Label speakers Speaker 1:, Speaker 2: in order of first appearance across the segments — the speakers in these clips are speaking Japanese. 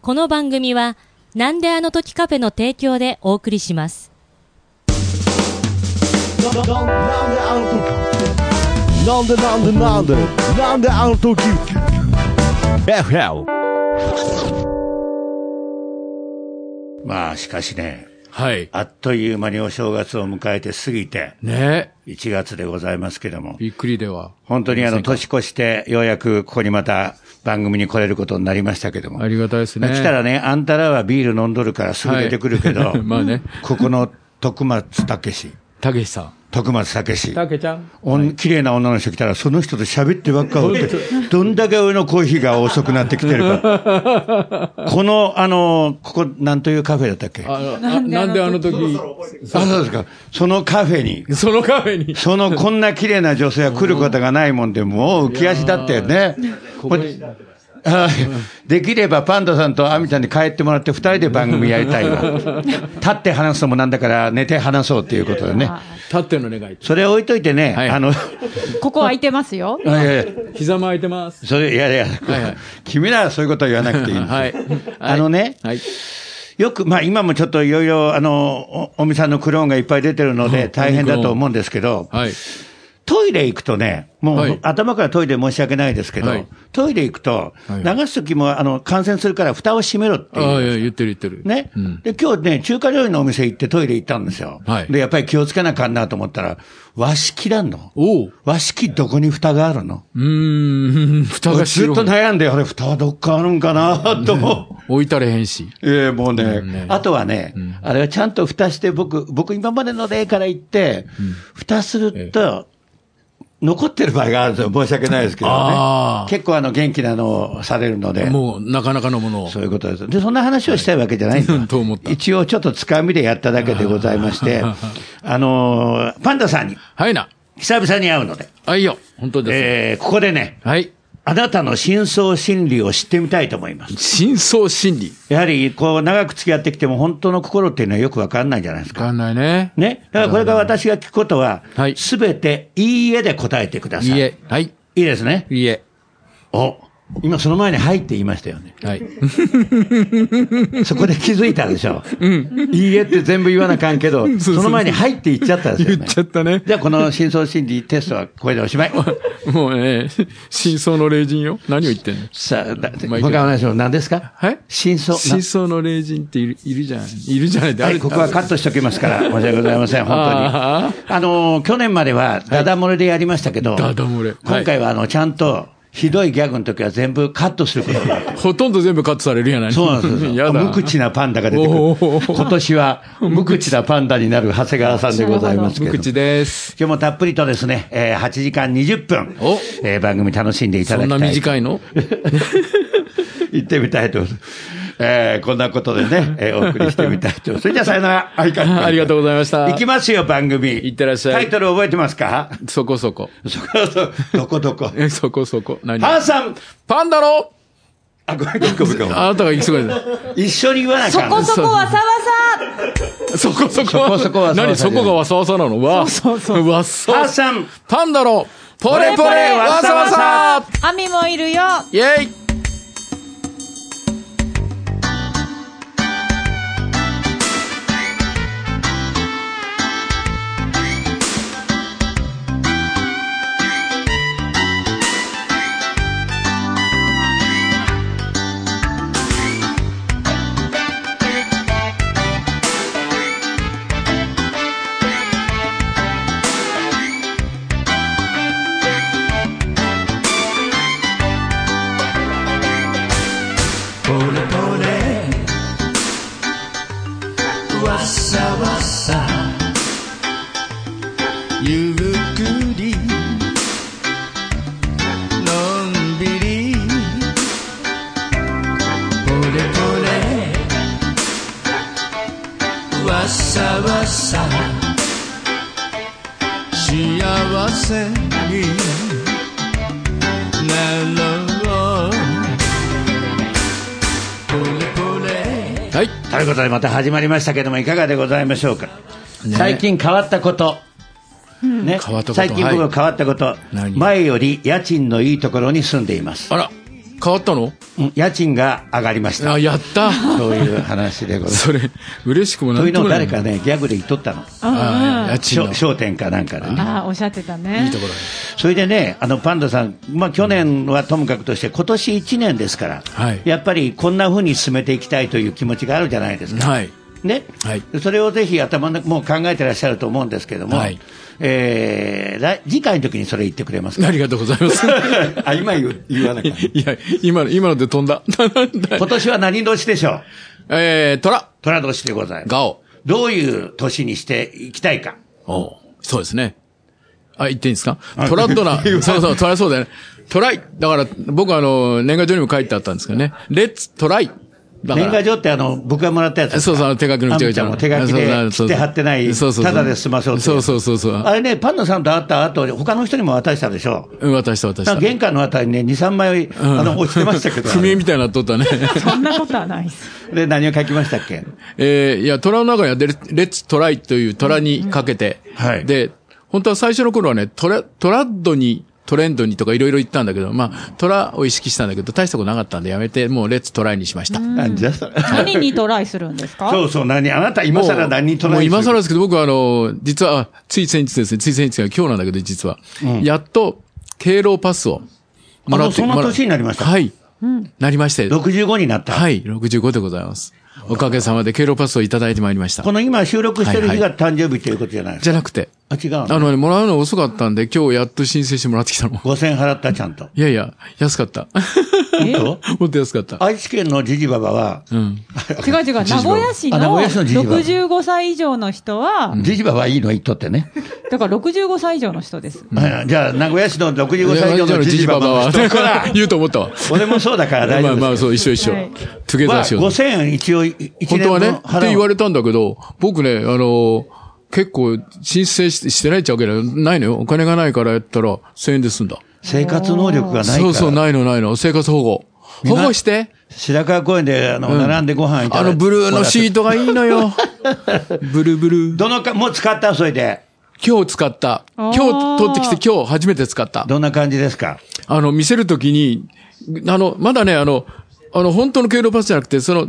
Speaker 1: この番組は、なんであの時カフェの提供でお送りします。
Speaker 2: なんであの時なんでなんでなんでなんであの時 FL
Speaker 3: まあしかしね、
Speaker 4: はい。
Speaker 3: あっという間にお正月を迎えて過ぎて、
Speaker 4: ね
Speaker 3: 1月でございますけども、
Speaker 4: びっくりでは。
Speaker 3: 本当にあの年越して、ようやくここにまた番組に来れることになりましたけども、
Speaker 4: ありがたいですね。
Speaker 3: 来たらね、あんたらはビール飲んどるからすぐ出てくるけど、
Speaker 4: はい まあね
Speaker 3: ここの徳松武史、
Speaker 4: たけしさん。
Speaker 3: 徳松武史。
Speaker 4: たけちゃん。
Speaker 3: おん綺麗な女の人来たら、その人と喋ってばっかお って、どんだけ俺のコーヒーが遅くなってきてるか。 この、あの、ここ、なんというカフェだったっけ
Speaker 4: あの、あなんであの時、
Speaker 3: あ、そうですか。そのカフェに、
Speaker 4: そのカフェに。
Speaker 3: そのこんな綺麗な女性は来ることがないもんで、もう浮き足立ってね。これあできればパンダさんとアミちゃんに帰ってもらって二人で番組やりたいわ。立って話すのもなんだから寝て話そうっていうことでね。
Speaker 4: 立っての願い。
Speaker 3: それ置いといてね、
Speaker 4: はい
Speaker 3: あの、い
Speaker 5: ここ空いてますよ。
Speaker 3: やいや、
Speaker 4: 膝も空いてます。
Speaker 3: それ、いやいや、
Speaker 4: いはい
Speaker 3: 君らはそういうことは言わなくていいんですよ。
Speaker 4: はい。
Speaker 3: あのね、
Speaker 4: はい。
Speaker 3: よく、まあ今もちょっといろいろ、あの、おおみさんのクローンがいっぱい出てるので大変だと思うんですけど、
Speaker 4: はい。
Speaker 3: トイレ行くとね、もう、
Speaker 4: はい
Speaker 3: 頭からトイレ申し訳ないですけど、
Speaker 4: はい
Speaker 3: トイレ行くと、
Speaker 4: はい
Speaker 3: 流すときもあの感染するから蓋を閉めろって
Speaker 4: あ
Speaker 3: いう。
Speaker 4: あ、いや、言ってる言ってる。
Speaker 3: ね、
Speaker 4: うん。
Speaker 3: で、今日ね、中華料理のお店行ってトイレ行ったんですよ。
Speaker 4: はい
Speaker 3: で、やっぱり気をつけなあかんなと思ったら、和式なの
Speaker 4: おう。う
Speaker 3: 和式どこに蓋があるの
Speaker 4: ーん、蓋が
Speaker 3: ずっ
Speaker 4: 白
Speaker 3: と
Speaker 4: い。
Speaker 3: 悩んで、あれ、蓋はどっかあるんかなと思う。
Speaker 4: 置いたれへんし。
Speaker 3: ええもうね、あとはね、あれはちゃんと蓋して、僕、僕今までの例から言って、蓋すると、残ってる場合があるんですよ。申し訳ないですけど
Speaker 4: あ
Speaker 3: ね
Speaker 4: ー。
Speaker 3: 結構あの、元気なのをされるので。
Speaker 4: もう、なかなかのものを。
Speaker 3: そういうことです。で、そんな話をしたいわけじゃないんだ、
Speaker 4: はいと思った
Speaker 3: 一応ちょっとつかみでやっただけでございま して、あのーパンダさんに
Speaker 4: はいな。
Speaker 3: 久々に会うので、
Speaker 4: あ、いいよ。本当で
Speaker 3: えーここでね、
Speaker 4: す。はい。
Speaker 3: あなたの真相心理を知ってみたいと思います。
Speaker 4: 真相心理。
Speaker 3: やはり、こう、長く付き合ってきても本当の心っていうのはよくわかんないじゃないですか
Speaker 4: わ。かんないね。
Speaker 3: ね。だからこれから私が聞くことは
Speaker 4: はい、
Speaker 3: すべていいえで答えてください。
Speaker 4: いい。え。はい。
Speaker 3: いいですね。
Speaker 4: いいえ。
Speaker 3: お。今その前にはいって言いましたよね。
Speaker 4: はい。
Speaker 3: そこで気づいたでしょ。いいえって全部言わなあかんけ ど、その前にはいって言っちゃったんですよね。
Speaker 4: ったね。
Speaker 3: じゃあこの真相心理テストはこれでおしまい。
Speaker 4: もうね、真相の霊人よ。何を言ってんの
Speaker 3: さあ、だって
Speaker 4: まあいいけど
Speaker 3: 僕が話を何ですか
Speaker 4: はい
Speaker 3: 真相。
Speaker 4: 真相の霊人っているいるじゃん。いるじゃないって
Speaker 3: はい、ここはカットしておきますから、申し訳ございません、本当に。あ
Speaker 4: あ
Speaker 3: の、去年までは、ダダ漏れでやりましたけど、
Speaker 4: ダダ漏れはい
Speaker 3: 今回は、あの、ちゃんと、ひどいギャグの時は全部カットすることにな って。
Speaker 4: ほとんど全部カットされるやない
Speaker 3: そうなんです
Speaker 4: や
Speaker 3: よ。
Speaker 4: だ。
Speaker 3: 無口なパンダが出てく
Speaker 4: おーお
Speaker 3: る。
Speaker 4: ー
Speaker 3: 今年は、無口なパンダになる長谷川さんでございますけ
Speaker 4: 無
Speaker 3: ど。
Speaker 4: 口です。
Speaker 3: 今日もたっぷりとですね、えー8時間20分
Speaker 4: お、
Speaker 3: えー番組楽しんでいただ
Speaker 4: そ
Speaker 3: き
Speaker 4: ん
Speaker 3: たい。
Speaker 4: な短いの
Speaker 3: 行ってみたいと思います。えーこんなことで ね、えーお送りしてみたいと思います。それじゃあさよなら。ありがとうございました
Speaker 4: ありがとうございました
Speaker 3: 行きますよ、番組。
Speaker 4: 行ってらっしゃい
Speaker 3: タイトル覚えてますか
Speaker 4: そこそこ。
Speaker 3: そこそこ、どこどこ。
Speaker 4: えそこそこ。何
Speaker 3: パンさん
Speaker 4: パンダの
Speaker 3: あ、ごめん、ごめんごめんごめん
Speaker 4: あなたが行きそうやね
Speaker 3: 一緒に言わなき
Speaker 5: そ
Speaker 3: ゃ。
Speaker 5: こそこはさわさ
Speaker 4: そこそこ
Speaker 3: そこそこは
Speaker 4: 何そこがわさわさなのわそうそうそう。わっそ
Speaker 3: パンさん
Speaker 4: パンダのポレポレわさわさ
Speaker 5: アミもいるよ
Speaker 4: イェイ
Speaker 6: ゆっくりのんびりポレポレわさわさ幸せになろうポレポレ
Speaker 4: はい。
Speaker 3: ということでまた始まりましたけども、いかがでございましょうか。最近変わったこと。ね
Speaker 4: 変わったこと
Speaker 3: 最近僕
Speaker 4: は
Speaker 3: が
Speaker 4: い
Speaker 3: 変わったこと、
Speaker 4: 何
Speaker 3: 前より家賃のいいところに住んでいます。
Speaker 4: あら。変わったの
Speaker 3: うん家賃が上がりました
Speaker 4: あ、。やった。
Speaker 3: そういう話でございます。
Speaker 4: それ、嬉しくもな
Speaker 3: そうんいうの
Speaker 4: と
Speaker 3: を
Speaker 4: もな
Speaker 3: 誰
Speaker 4: い。
Speaker 3: かね、ギャグで言っとったの。
Speaker 4: ああ、家賃の。いいと
Speaker 3: 商店かなんかでね。
Speaker 5: ああ、おっしゃってたね。
Speaker 4: ころに。
Speaker 3: それでね、あのパンダさん、まあ、去年はともかくとして、今年1年ですから、
Speaker 4: はい
Speaker 3: やっぱりこんなふうに進めていきたいという気持ちがあるじゃないですか。
Speaker 4: はい。
Speaker 3: ね
Speaker 4: はい
Speaker 3: それをぜひ頭のもう考えてらっしゃると思うんですけども、
Speaker 4: はい
Speaker 3: えー来次回の時にそれ言ってくれますか
Speaker 4: ありがとうござい ます。
Speaker 3: あ今言う言わなきゃ
Speaker 4: いや、今の、今ので飛んだ。 なんだ
Speaker 3: 今年は何年でしょう
Speaker 4: えー、トラ、
Speaker 3: 虎年でございます
Speaker 4: ガオ。
Speaker 3: どういう年にしていきたいか
Speaker 4: おうそうですね。あ、言っていいんですかトラ ドラ、そうそう、トラそうだよね。トライ。だから、僕あの、年賀状にも書いてあったんですけどね。レッツトライ。だから
Speaker 3: 年賀状ってあの僕がもらったやつ
Speaker 4: そうそうあの手書きの
Speaker 3: あ
Speaker 4: 手
Speaker 3: み
Speaker 4: 書き
Speaker 3: ちゃん
Speaker 4: の
Speaker 3: も手書きで
Speaker 4: そうそう
Speaker 3: 切って貼ってない
Speaker 4: そうそうそう
Speaker 3: ただで済まそうってい
Speaker 4: そうそうそうそう
Speaker 3: あれねパンダさんと会った後他の人にも渡したでしょ
Speaker 4: うん渡した渡し
Speaker 3: なんか。
Speaker 4: た
Speaker 3: 玄関のあたりにね23枚あの落ちてましたけど
Speaker 4: 踏み絵みたいになっとったね。
Speaker 5: そんなことはない です。
Speaker 3: で何を書きましたっけ
Speaker 4: えー、いや、トラの中にはレッレッツトライというトラにかけて、
Speaker 3: はい
Speaker 4: で、本当は最初の頃はね、トラ、トラッドに、トレンドにとかいろいろ言ったんだけど、まあ、トラを意識したんだけど、大したことなかったんでやめて、もうレッツトライにしました。
Speaker 3: なんじゃそれ
Speaker 5: 何にトライするんです か
Speaker 3: そうそう何あなた今更何にト
Speaker 4: も
Speaker 3: ラ
Speaker 4: う
Speaker 3: イする
Speaker 4: 今更ですけど、僕はあの、実は、あつい先日ですね、つい先日が今日なんだけど、実は。やっと、敬老パスをもらって、
Speaker 3: あもうそんな
Speaker 4: もら
Speaker 3: 年になりました
Speaker 4: はい。なりまして。
Speaker 3: 65になった、
Speaker 4: はい、65でございます。おかげさまで敬老パスをいただいてまいりました
Speaker 3: こ。の今収録してる日
Speaker 4: は
Speaker 3: が誕生日ということじゃないです
Speaker 4: じ
Speaker 3: か、
Speaker 4: ゃなくて、
Speaker 3: あ違う
Speaker 4: あ
Speaker 3: の
Speaker 4: のね、もらうの遅かったんで、今日やっと申請してもらってきたの。
Speaker 3: 5000円払ったちゃんと
Speaker 4: いやいや、安かった。
Speaker 3: 本当
Speaker 4: もっと安かった。
Speaker 3: 愛知県のじじばばは、
Speaker 4: うん。
Speaker 5: 違う違う、名古屋市の
Speaker 3: あ名古屋市のジジバ
Speaker 5: 65歳以上の人は、
Speaker 3: じじばばはいいの言っとってね。
Speaker 5: だから65歳以上の人です。
Speaker 3: はいじゃあ、名古屋市の65歳以上のじじばばは、
Speaker 4: ジジバ バは 言うと思ったわ。
Speaker 3: 俺もそうだから大
Speaker 4: ま
Speaker 3: 丈
Speaker 4: あま
Speaker 3: 夫
Speaker 4: あ、
Speaker 3: ですよ。
Speaker 4: そう、一緒一緒
Speaker 5: はい。
Speaker 4: トゥゲザ
Speaker 3: は
Speaker 4: ーしようと。
Speaker 3: 5000円一応、1年
Speaker 4: 本当はね、っ
Speaker 3: 分
Speaker 4: て言わ
Speaker 3: れ
Speaker 4: れたんだけど、僕ね、あの、結構申請ししてないっちゃうけど、ないのよ。お金がないからやったら1000円で済んだ。
Speaker 3: 生活能力がないから。
Speaker 4: そうそう、ないのないの。生活保護。保護して。
Speaker 3: 白川公園で、あの、並んでご飯いただ
Speaker 4: あ
Speaker 3: いて
Speaker 4: のブルーのシートがいい のよ。ブルーブルー。
Speaker 3: どのか、もう使ったそれで。
Speaker 4: 今日使った。
Speaker 5: あ
Speaker 4: 今
Speaker 5: ー
Speaker 4: 日取ってきて今日初めて使った。
Speaker 3: どんな感じですか
Speaker 4: あの、見せるときに、あの、まだね、あの、あの、本当の経路パスじゃなくて、その、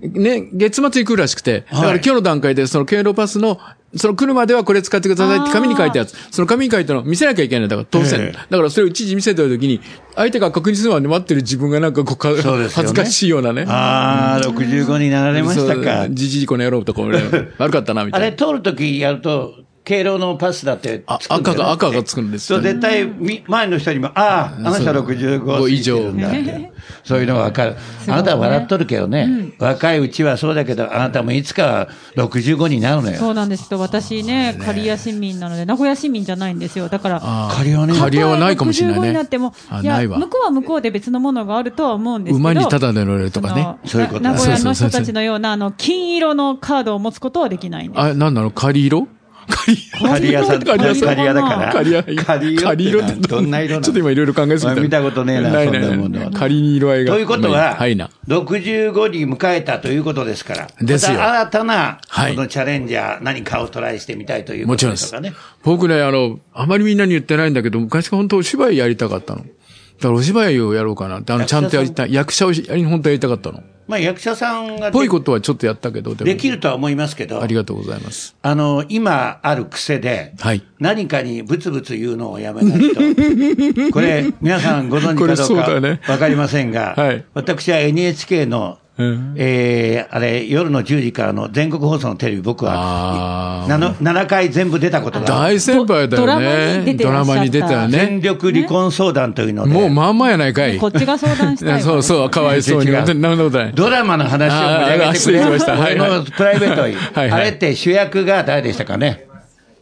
Speaker 4: ね、月末に来るらしくて、だから
Speaker 3: はい
Speaker 4: 今日の段階で、その経路パスの、その来るまではこれ使ってくださいって紙に書いたやつ、その紙に書いたの見せなきゃいけないんだから、当然。
Speaker 3: ええ
Speaker 4: だからそれを一時見せてるときに、相手が確認するまで待ってる自分がなんかこうか、
Speaker 3: そうですよね
Speaker 4: 恥ずかしいようなね。
Speaker 3: ああ、65になられましたか
Speaker 4: そう。じじいこの野郎とか俺、悪かったな、みた
Speaker 3: あ
Speaker 4: いな。
Speaker 3: れ、通るときやると、敬老のパスだって
Speaker 4: あ
Speaker 3: つくんだよ
Speaker 4: 赤
Speaker 3: ね
Speaker 4: が、赤がつくんです
Speaker 3: そ
Speaker 4: よ
Speaker 3: う、絶対、み前の人にも、ああ、あの人は65
Speaker 4: 以
Speaker 3: 過
Speaker 4: 上
Speaker 3: ぎてるんだってそういうのがわかる。あなたは笑っとるけどね、若いうちはそうだけど、あなたもいつかは65になるのよ。
Speaker 5: そうなんですけど、私ね、刈谷市民なので、名古屋市民じゃないんですよ。だから、
Speaker 4: あー
Speaker 3: 借りはね、
Speaker 4: 借りはないかもしれないね
Speaker 5: 65になっても、
Speaker 4: あ
Speaker 5: いや、
Speaker 4: ないわ
Speaker 5: 向こうは向こうで別のものがあるとは思うんですけど。
Speaker 4: 馬にタダで乗れるとかね
Speaker 5: あ。の
Speaker 3: そういうこと
Speaker 5: な名古屋
Speaker 4: そう
Speaker 5: の
Speaker 4: そうそうそう
Speaker 5: 人たちのような、あの、金色のカードを持つことはできないんです。
Speaker 4: あ、なんなの仮色仮色
Speaker 3: 借り屋さん、
Speaker 5: 借り屋さん
Speaker 3: 借り屋だから。
Speaker 4: 仮色
Speaker 3: 借り屋
Speaker 4: 仮色って
Speaker 3: どんな色なの
Speaker 4: ちょっと今いろいろ考えすぎた。
Speaker 3: 見たことねえな
Speaker 4: ない
Speaker 3: そんな
Speaker 4: な
Speaker 3: も
Speaker 4: い
Speaker 3: の
Speaker 4: な。
Speaker 3: はい
Speaker 4: 仮に色合いが。
Speaker 3: ということは、
Speaker 4: はいな。
Speaker 3: 65に迎えたということですから、
Speaker 4: です
Speaker 3: ま
Speaker 4: よ
Speaker 3: た新たな、
Speaker 4: はい
Speaker 3: このチャレンジャー、何かをトライしてみたいというこ
Speaker 4: もち
Speaker 3: と
Speaker 4: ろん
Speaker 3: で
Speaker 4: ですす
Speaker 3: かね。。
Speaker 4: 僕ね、あの、あまりみんなに言ってないんだけど、昔から本当お芝居やりたかったの。だからお芝居をやろうかなって、あの、
Speaker 3: 役者さん
Speaker 4: ちゃんとやりたい。役者をやり、本当やりたかったの。
Speaker 3: まあ、役者さんがで
Speaker 4: ぽいことはちょっとやったけど、で
Speaker 3: で
Speaker 4: も、
Speaker 3: きるとは思いますけど、
Speaker 4: ありがとうございます。
Speaker 3: あの、今ある癖で、
Speaker 4: はい
Speaker 3: 何かにブツブツ言うのをやめないと。これ、皆さんご存知
Speaker 4: こ
Speaker 3: か
Speaker 4: れ
Speaker 3: ど
Speaker 4: そうう
Speaker 3: か
Speaker 4: だね
Speaker 3: わかりませんが、
Speaker 4: はい
Speaker 3: 私は NHK の、
Speaker 4: うん
Speaker 3: えーあれ、夜の10時からの全国放送のテレビ、僕は
Speaker 4: あー
Speaker 3: 7, 回全部出たことがある。
Speaker 4: 大先輩だ
Speaker 5: ド
Speaker 4: よ
Speaker 5: ラマに
Speaker 4: ね。
Speaker 5: 出て
Speaker 4: ド
Speaker 5: ら
Speaker 4: ラ
Speaker 5: っしゃった
Speaker 4: マに出たよ
Speaker 3: 全
Speaker 4: ね。
Speaker 3: 力離婚相談というので、
Speaker 4: もうまんまやないかい
Speaker 5: こ。っちが相談したいわ
Speaker 4: そうそう、かわいそう
Speaker 3: 違
Speaker 4: に。
Speaker 3: う
Speaker 4: なんでなんでことない。
Speaker 3: ドラマの話を盛り上げてくれ
Speaker 4: あーあー失礼しましたは
Speaker 3: 俺
Speaker 4: いはい
Speaker 3: のプライベートに、
Speaker 4: はいはい
Speaker 3: あれって主役が誰でしたかね。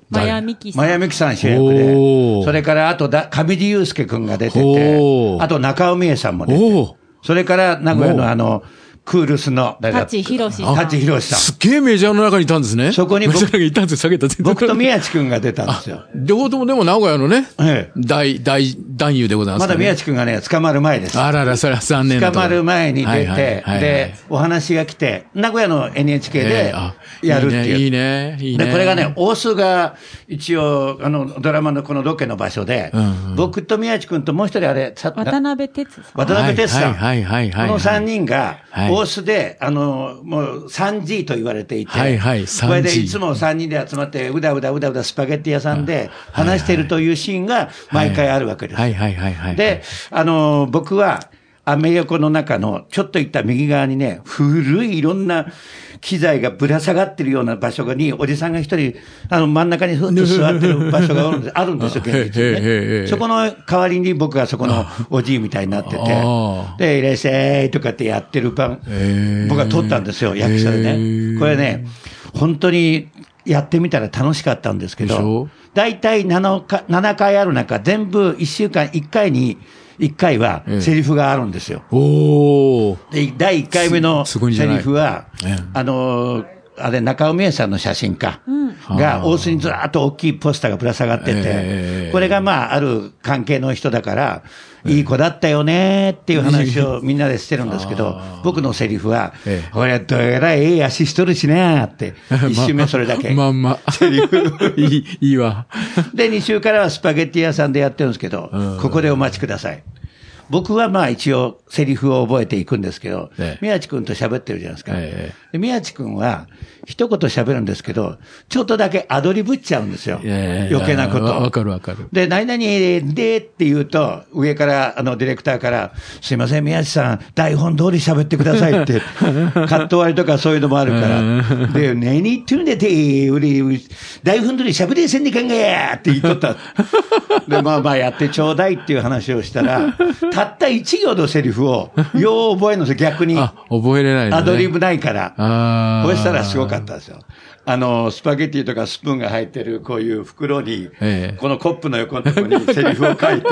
Speaker 5: マヤミキさん
Speaker 3: マ。ヤミキさん主役
Speaker 4: お
Speaker 3: で、
Speaker 4: ー
Speaker 3: それからあとだ上地雄介君が出てて
Speaker 4: お、ー
Speaker 3: あと中尾美恵さんも出て、
Speaker 4: おお。
Speaker 3: それから名古屋
Speaker 4: お
Speaker 3: の
Speaker 4: ー
Speaker 3: あの、クールスの誰だっけ
Speaker 5: 舘ひろしさん
Speaker 3: 舘ひろしさ
Speaker 4: すっげえメジャーの中にいたんですね。
Speaker 3: そこに
Speaker 4: メ
Speaker 3: 僕
Speaker 4: ジャーの中にいたんです下げた。
Speaker 3: ん。僕と宮地君が出たんですよ。
Speaker 4: 両方ともでも名古屋のね、
Speaker 3: ええ
Speaker 4: 大、大、男優でございます
Speaker 3: ま
Speaker 4: か
Speaker 3: だ
Speaker 4: らね、
Speaker 3: 宮地君がね、捕まる前です。
Speaker 4: あらら、それは残念な
Speaker 3: 捕
Speaker 4: とこ
Speaker 3: ま
Speaker 4: ろ
Speaker 3: る前に
Speaker 4: は
Speaker 3: 出
Speaker 4: いはい
Speaker 3: て
Speaker 4: は、い
Speaker 3: で、お話が来て、名古屋の NHK
Speaker 4: ええ
Speaker 3: で
Speaker 4: あ
Speaker 3: やるって
Speaker 4: い
Speaker 3: い。
Speaker 4: いうね、いいね、いいね。
Speaker 3: で、これがね、、大須が一応、あの、ドラマのこのロケの場所で
Speaker 4: うんうん、
Speaker 3: 僕と宮地君ともう一人あれ、さ
Speaker 5: 渡辺哲さん。
Speaker 3: 渡辺哲さん。
Speaker 4: はいはいはいはいはい
Speaker 3: この3人が、
Speaker 4: はい
Speaker 3: 大須で、あの、もう 3G と言われていて、
Speaker 4: はいはい
Speaker 3: これで
Speaker 4: 3G
Speaker 3: いつも3人で集まって、うだうだうだうだスパゲッティ屋さんで話してるというシーンが毎回あるわけです。
Speaker 4: はいはいはいはい。
Speaker 3: で、、あの、僕は、アメ横の中の、ちょっと行った右側にね、古いいろんな機材がぶら下がってるような場所に、おじさんが一人、あの、真ん中にふっと座ってる場所があるん ですあるんですよ、現実
Speaker 4: へえへえへ
Speaker 3: に
Speaker 4: え
Speaker 3: ね。そこの代わりに僕がそこのおじいみたいになって
Speaker 4: あ
Speaker 3: て、で、いらっしゃいとかってやってる番
Speaker 4: へえ、
Speaker 3: 僕が撮ったんですよ、役者で
Speaker 4: へえ
Speaker 3: ね。これね、本当にやってみたら楽しかったんですけ
Speaker 4: でしょ
Speaker 3: ど、大体 7, か7回ある中、全部1週間1回に、1回は
Speaker 4: ええ
Speaker 3: セリフがあるんですよ。
Speaker 4: おー。
Speaker 3: で、第1回目の
Speaker 4: す
Speaker 3: セ
Speaker 4: すごいんじゃない
Speaker 3: リフは
Speaker 4: ええ、
Speaker 3: あのー、あれ、中尾美恵さんの写真家
Speaker 4: ん
Speaker 3: が、大須にずらっと大きいポスターがぶら下がって
Speaker 4: え
Speaker 3: て
Speaker 4: え、
Speaker 3: これがまあ、ある関係の人だから、いい子だったよねっていう話をみんなでしてるんですけど、僕のセリフは
Speaker 4: ええ、
Speaker 3: ほら、どえらいええ足しとるしなー って、一周目それだけ。
Speaker 4: まあまあ。いい、 いいわ。
Speaker 3: で、2週からはスパゲッティ屋さんでやってるんですけど、ここでお待ちください。僕はまあ一応セリフを覚えていくんですけど、
Speaker 4: ええ
Speaker 3: 宮地君と喋ってるじゃないですか。
Speaker 4: え
Speaker 3: で宮地君は一言喋るんですけど、ちょっとだけアドリブっちゃうんですよ。
Speaker 4: ええ
Speaker 3: 余計なこと。
Speaker 4: わわかるわかる
Speaker 3: で、何々でって言うと、上から、あの、ディレクターから、すいません、宮地さん、台本通り喋ってください って、カット割りとかそういうのもあるから。で、何言ってるんだって、俺、台本通り喋れせんでかんがやって言っと った。で、まあまあやってちょうだいっていう話をしたら、たった一行のセリフを、よう覚えるのですよ、逆に。
Speaker 4: あ、覚えれないのね
Speaker 3: アドリブ。ないから。
Speaker 4: あー
Speaker 3: そしたらすごかったですよ。あの、スパゲティとかスプーンが入ってるこういう袋に、
Speaker 4: ええ
Speaker 3: このコップの横のとこにセリフを 書いて、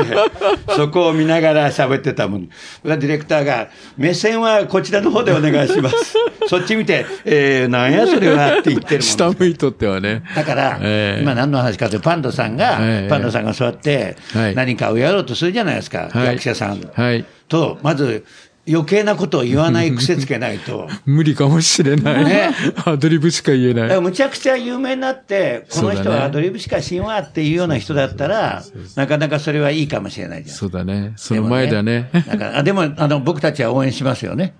Speaker 3: そこを見ながら喋ってたもん。ディレクターが、目線はこちらの方でお願いします。そっち見て、えー、なんやそれはって言ってるもんです
Speaker 4: 下向いとってはね。
Speaker 3: だから、
Speaker 4: ええ
Speaker 3: 今何の話かというと、パンダさんが、
Speaker 4: ええ
Speaker 3: パンダさんが座って
Speaker 4: はい、
Speaker 3: 何かをやろうとするじゃないですか、
Speaker 4: はい
Speaker 3: 役者さん。
Speaker 4: はい。
Speaker 3: と、まず、余計なことを言わない癖つけないと。
Speaker 4: 無理かもしれない。
Speaker 3: ね
Speaker 4: アドリブしか言えな
Speaker 3: だから
Speaker 4: い。
Speaker 3: むちゃくちゃ有名になって、この
Speaker 4: そう
Speaker 3: 人
Speaker 4: だね
Speaker 3: はアドリブしかしんわっていうような人だったら、なかなかそれはいいかもしれないじゃん。
Speaker 4: そうだね。その前 だね。
Speaker 3: でもなんかあでも、あの、僕たちは応援しますよね。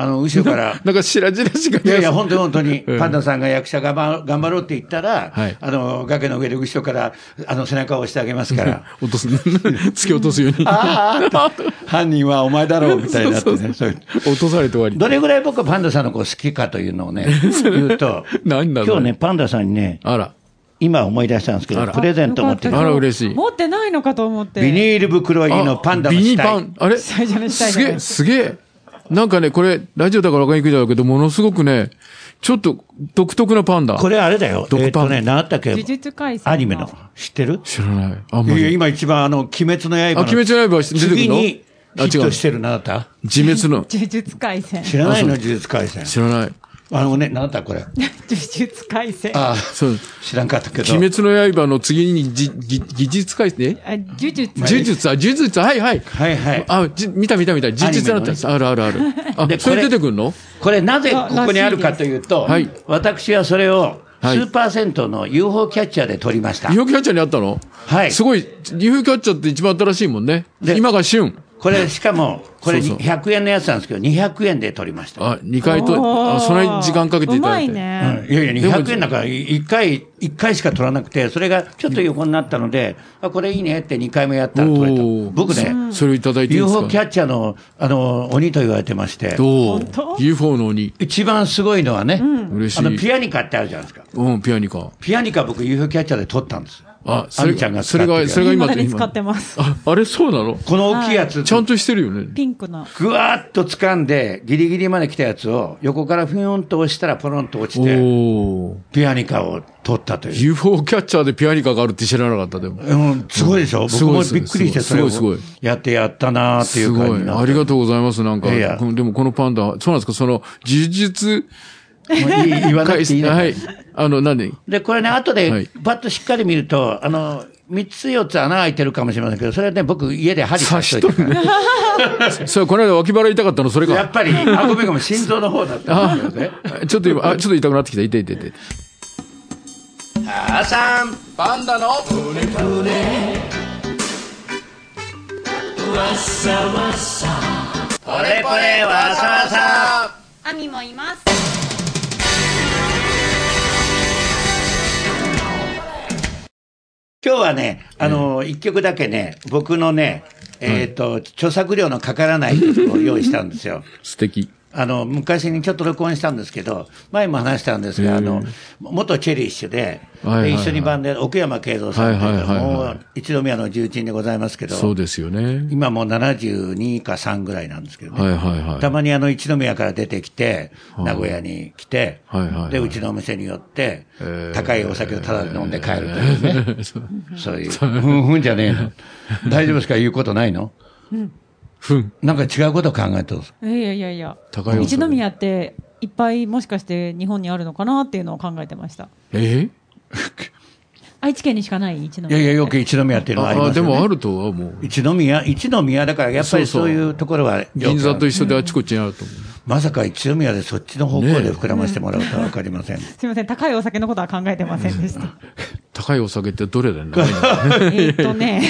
Speaker 3: あの、後ろ から。
Speaker 4: なんか白々しか
Speaker 3: いやいや、
Speaker 4: ほ
Speaker 3: 本当に本当に、
Speaker 4: うん
Speaker 3: パンダさんが役者頑張頑張ろうって言ったら、
Speaker 4: はい
Speaker 3: あの、崖の上で後ろから、あの、背中を押してあげますから。
Speaker 4: 落とす、突き落とすように。
Speaker 3: あーあー、犯人はお前だろうみたいになってね。そういう
Speaker 4: 落とされて終わり。
Speaker 3: どれぐらい僕はパンダさんの子好きかというのを ね、言うと、
Speaker 4: 何な
Speaker 3: 今
Speaker 4: の
Speaker 3: 日ね、パンダさんにね、
Speaker 4: あら。
Speaker 3: 今思い出したんですけ
Speaker 4: あ
Speaker 3: ど、
Speaker 4: ら
Speaker 3: プレゼント持ってき
Speaker 5: よ
Speaker 3: た
Speaker 4: あ
Speaker 5: かっ
Speaker 4: ら
Speaker 5: た
Speaker 4: 嬉しい
Speaker 5: 持ってないのかと思って。
Speaker 3: ビニール袋入りのパンダの
Speaker 4: ビニ
Speaker 3: 死
Speaker 4: パ
Speaker 3: 体
Speaker 4: ン。あれ
Speaker 5: 下着の下着
Speaker 4: すげえ、すげえ。なんかね、これ、ラジオだから分かりにくいだろうけど、ものすごくね、ちょっと独特なパンダ。
Speaker 3: これあれだよ。え
Speaker 4: 毒
Speaker 3: ー
Speaker 4: パン
Speaker 3: とね、何だったっけ
Speaker 5: 呪術廻戦
Speaker 3: アニメの。知ってる
Speaker 4: 知らない。あん
Speaker 3: い
Speaker 4: ま
Speaker 3: や、
Speaker 4: り。
Speaker 3: 今一番あの、鬼滅の刃の。
Speaker 4: あ鬼滅の刃は出てくるの
Speaker 3: 次に
Speaker 4: あ
Speaker 3: ヒ
Speaker 4: 違う
Speaker 3: ットしてるなだった
Speaker 4: 自滅の。
Speaker 5: 呪術廻戦。
Speaker 3: 知らないの呪術廻戦。
Speaker 4: 知らない。
Speaker 3: あのね、何だったこれ。
Speaker 5: 呪術廻戦。あ、
Speaker 3: あ
Speaker 4: そう。
Speaker 3: ー知らんかったけど。
Speaker 4: 鬼滅の刃の次にじ、ぎ、技術改正、ね
Speaker 5: 呪術。
Speaker 4: 呪術、あ、呪術、はいはい。
Speaker 3: はいはい。
Speaker 4: あ、じ見た見た見た。呪術だったんです。あるあるある。あ、
Speaker 3: で
Speaker 4: それ
Speaker 3: こ
Speaker 4: 出
Speaker 3: れ
Speaker 4: てくんの
Speaker 3: これなぜここにあるかというと
Speaker 4: はい、
Speaker 3: 私はそれを、ス
Speaker 4: はい
Speaker 3: ーパー銭湯の UFO キャッチャーで撮りました。
Speaker 4: UFO キャッチャーにあったの
Speaker 3: はい
Speaker 4: すごい、UFO キャッチャーって一番新しいもんね。
Speaker 3: で
Speaker 4: 今が旬。
Speaker 3: これ、しかも、これ
Speaker 4: そうそう
Speaker 3: 100円のやつなんですけど、200円で撮りました。
Speaker 4: あ、2回と、あ、そんなに時間かけていただいて。
Speaker 5: うまいね。
Speaker 3: いやいや、200円だから、1回、一回しか取らなくて、それがちょっと横になったので、あ、これいいねって2回目やったら取れた
Speaker 4: おー。
Speaker 3: 僕ね、
Speaker 4: それをいただいていいですか
Speaker 3: UFO キャッチャーの、あの、鬼と言われてまして、
Speaker 4: どう
Speaker 5: 本当
Speaker 4: ?UFO の鬼。
Speaker 3: 一番すごいのはね、
Speaker 4: 嬉しい
Speaker 3: あの、ピアニカってあるじゃないですか。
Speaker 4: うん、ピアニカ。
Speaker 3: ピアニカ僕 UFO キャッチャーで取ったんです。
Speaker 4: ああ、そ
Speaker 3: あ
Speaker 4: れ
Speaker 3: みちゃんが使
Speaker 4: そ
Speaker 3: って
Speaker 4: れ
Speaker 3: るや
Speaker 4: が、
Speaker 3: つ
Speaker 4: それが
Speaker 5: 今
Speaker 4: 今
Speaker 5: までに使ってます。
Speaker 4: あ、あれそうなの
Speaker 3: この大きいやつ、
Speaker 4: ちゃんとしてるよね。
Speaker 5: ピンクの。
Speaker 3: ぐわーっと掴んで、ギリギリまで来たやつを、横からフィヨンと押したらポロンと落ちて、
Speaker 4: おー。
Speaker 3: ピアニカを取ったという。
Speaker 4: UFO キャッチャーでピアニカがあるって知らなかった、でも。
Speaker 3: うん、すごいでしょ、僕
Speaker 4: すごい
Speaker 3: も
Speaker 4: です
Speaker 3: びっくりして、それを
Speaker 4: すごいすご
Speaker 3: やってやったなーってい
Speaker 4: す
Speaker 3: う
Speaker 4: ご
Speaker 3: 感
Speaker 4: い
Speaker 3: じ。な
Speaker 4: ありがとうございます。なんか、
Speaker 3: いやいや
Speaker 4: このでもこのパンダ、そうなんですかその、呪術
Speaker 3: もういい言わなくていいの
Speaker 4: はい。あの、なんで
Speaker 3: で、これね、後
Speaker 4: は
Speaker 3: で
Speaker 4: い、
Speaker 3: バッとしっかり見ると、あの、三つ四つ穴開いてるかもしれませんけど、それはね、僕、家で針刺しといて。
Speaker 4: そう、この間脇腹痛かったの、それ
Speaker 3: やっ
Speaker 4: か。
Speaker 3: ぱり、あ、ごめんごめん、心臓の方だったんですよね。
Speaker 4: ちょっと今、あ、ちょっと痛くなってきた。痛い痛い痛い。
Speaker 3: あさん
Speaker 6: パンダのプレプレわっさわっさ
Speaker 3: ポレポレわさわさ
Speaker 7: アミもいます
Speaker 3: 今日はね、あの、一曲だけね、僕のね、えっと、著作料のかからない曲を用意したんです よ。
Speaker 4: 素敵。
Speaker 3: あの、昔にちょっと録音したんですけど、前も話したんですが、あの、元チェリッシュで、
Speaker 4: はいはいはい
Speaker 3: で一緒にバンドで、奥山慶三さんという、
Speaker 4: はいはいはいはい
Speaker 3: もう一宮の重鎮でございますけど、
Speaker 4: そうですよね。
Speaker 3: 今もう72か3ぐらいなんですけどね、
Speaker 4: はいはいはい。
Speaker 3: たまにあの一宮から出てきて、名古屋に来て、
Speaker 4: はいはいはい
Speaker 3: で、うちのお店に寄って、
Speaker 4: えー
Speaker 3: 高いお酒をただ飲んで帰るというね、 そういう、ふんふんじゃねえの、大丈夫ですか、言うことない の
Speaker 4: ふん。
Speaker 3: なんか違うこと考えてます。
Speaker 5: いやいやいやいや。
Speaker 4: 高いお酒
Speaker 5: 一宮って、いっぱいもしかして日本にあるのかなっていうのを考えてました。
Speaker 4: え
Speaker 5: 愛知県にしかない一宮。
Speaker 3: いやいや、よく一宮っていうのはあり
Speaker 4: あ、
Speaker 3: ます
Speaker 4: で
Speaker 3: よ、ね。
Speaker 4: もあるとはもう。
Speaker 3: 一宮、一宮だから、やっぱり
Speaker 4: そ
Speaker 3: そ
Speaker 4: うそ
Speaker 3: うういうところはよくある、
Speaker 4: 銀座と一緒であちこちにあると思う。
Speaker 3: まさか一宮でそっちの方向で膨らましてもらうとはわかりませ ん。
Speaker 5: すみません、高いお酒のことは考えてませんでした。
Speaker 4: 高いお酒ってどれだよね。
Speaker 5: えーっとね、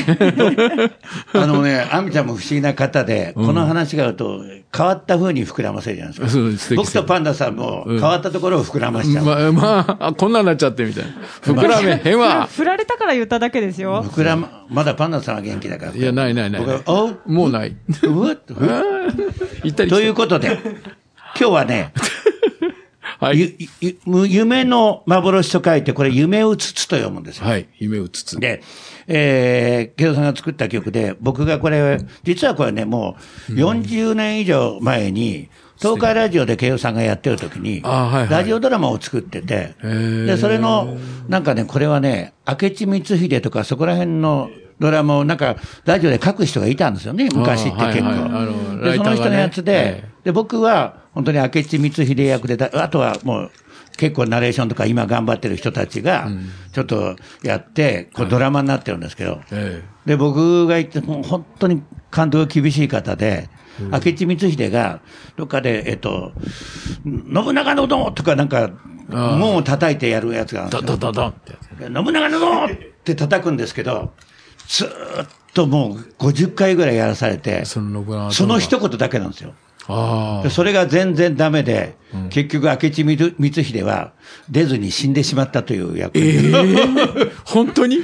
Speaker 3: あのね、アミちゃんも不思議な方で、この話があると、変わった風に膨らませるじゃないですか。
Speaker 4: そう素敵
Speaker 3: 僕とパンダさんも、変わったところを膨らましちゃう。
Speaker 4: まあ、まあ、こんなんなっちゃってみたいな。膨らめへんわ。
Speaker 5: 振られたから言っただけですよ。
Speaker 3: 膨らま、まだパンダさんは元気だから。
Speaker 4: いや、ないないない
Speaker 3: 僕。は、おう
Speaker 4: も うない。
Speaker 3: うわっと
Speaker 4: 行ったり来たり
Speaker 3: ということで、今日は ね、
Speaker 4: はい。
Speaker 3: ゆゆ夢の幻と書いて、これ夢うつつと読むんですよ。
Speaker 4: はい。夢うつつ。
Speaker 3: で、えー、ケイドさんが作った曲で、僕がこれ、実はこれね、もう40年以上前に、東海ラジオで慶イさんがやってる時に、
Speaker 4: あはいはい
Speaker 3: ラジオドラマを作ってて、
Speaker 4: ー
Speaker 3: で、それの、なんかね、これはね、明智光秀とかそこら辺のドラマをなんか、ラジオで書く人がいたんですよね、昔って結構。
Speaker 4: あーはいはいあのラ
Speaker 3: で、
Speaker 4: イター
Speaker 3: その人
Speaker 4: がね
Speaker 3: のやつで、
Speaker 4: え
Speaker 3: で、僕は、本当に明智光秀役でだ、あとはもう、結構ナレーションとか今頑張ってる人たちが、ちょっとやって、こうドラマになってるんですけど、
Speaker 4: ええ
Speaker 3: で、僕が言って、もう本当に監督が厳しい方で、明智光秀が、どっかで、えっと、信長のどんとかなんか、
Speaker 4: ああ
Speaker 3: 門を叩いてやるやつがあるんです
Speaker 4: ダ
Speaker 3: よ
Speaker 4: ダダダンってやつ。
Speaker 3: 信長のぞって叩くんですけど、ずーっともう50回ぐらいやらされて、
Speaker 4: そ
Speaker 3: そ
Speaker 4: の信長
Speaker 3: の一言だけなんですよ。
Speaker 4: あ
Speaker 3: でそれが全然ダメで、結局明智光光秀は出ずに死んでしまったという役、
Speaker 4: あ。本当に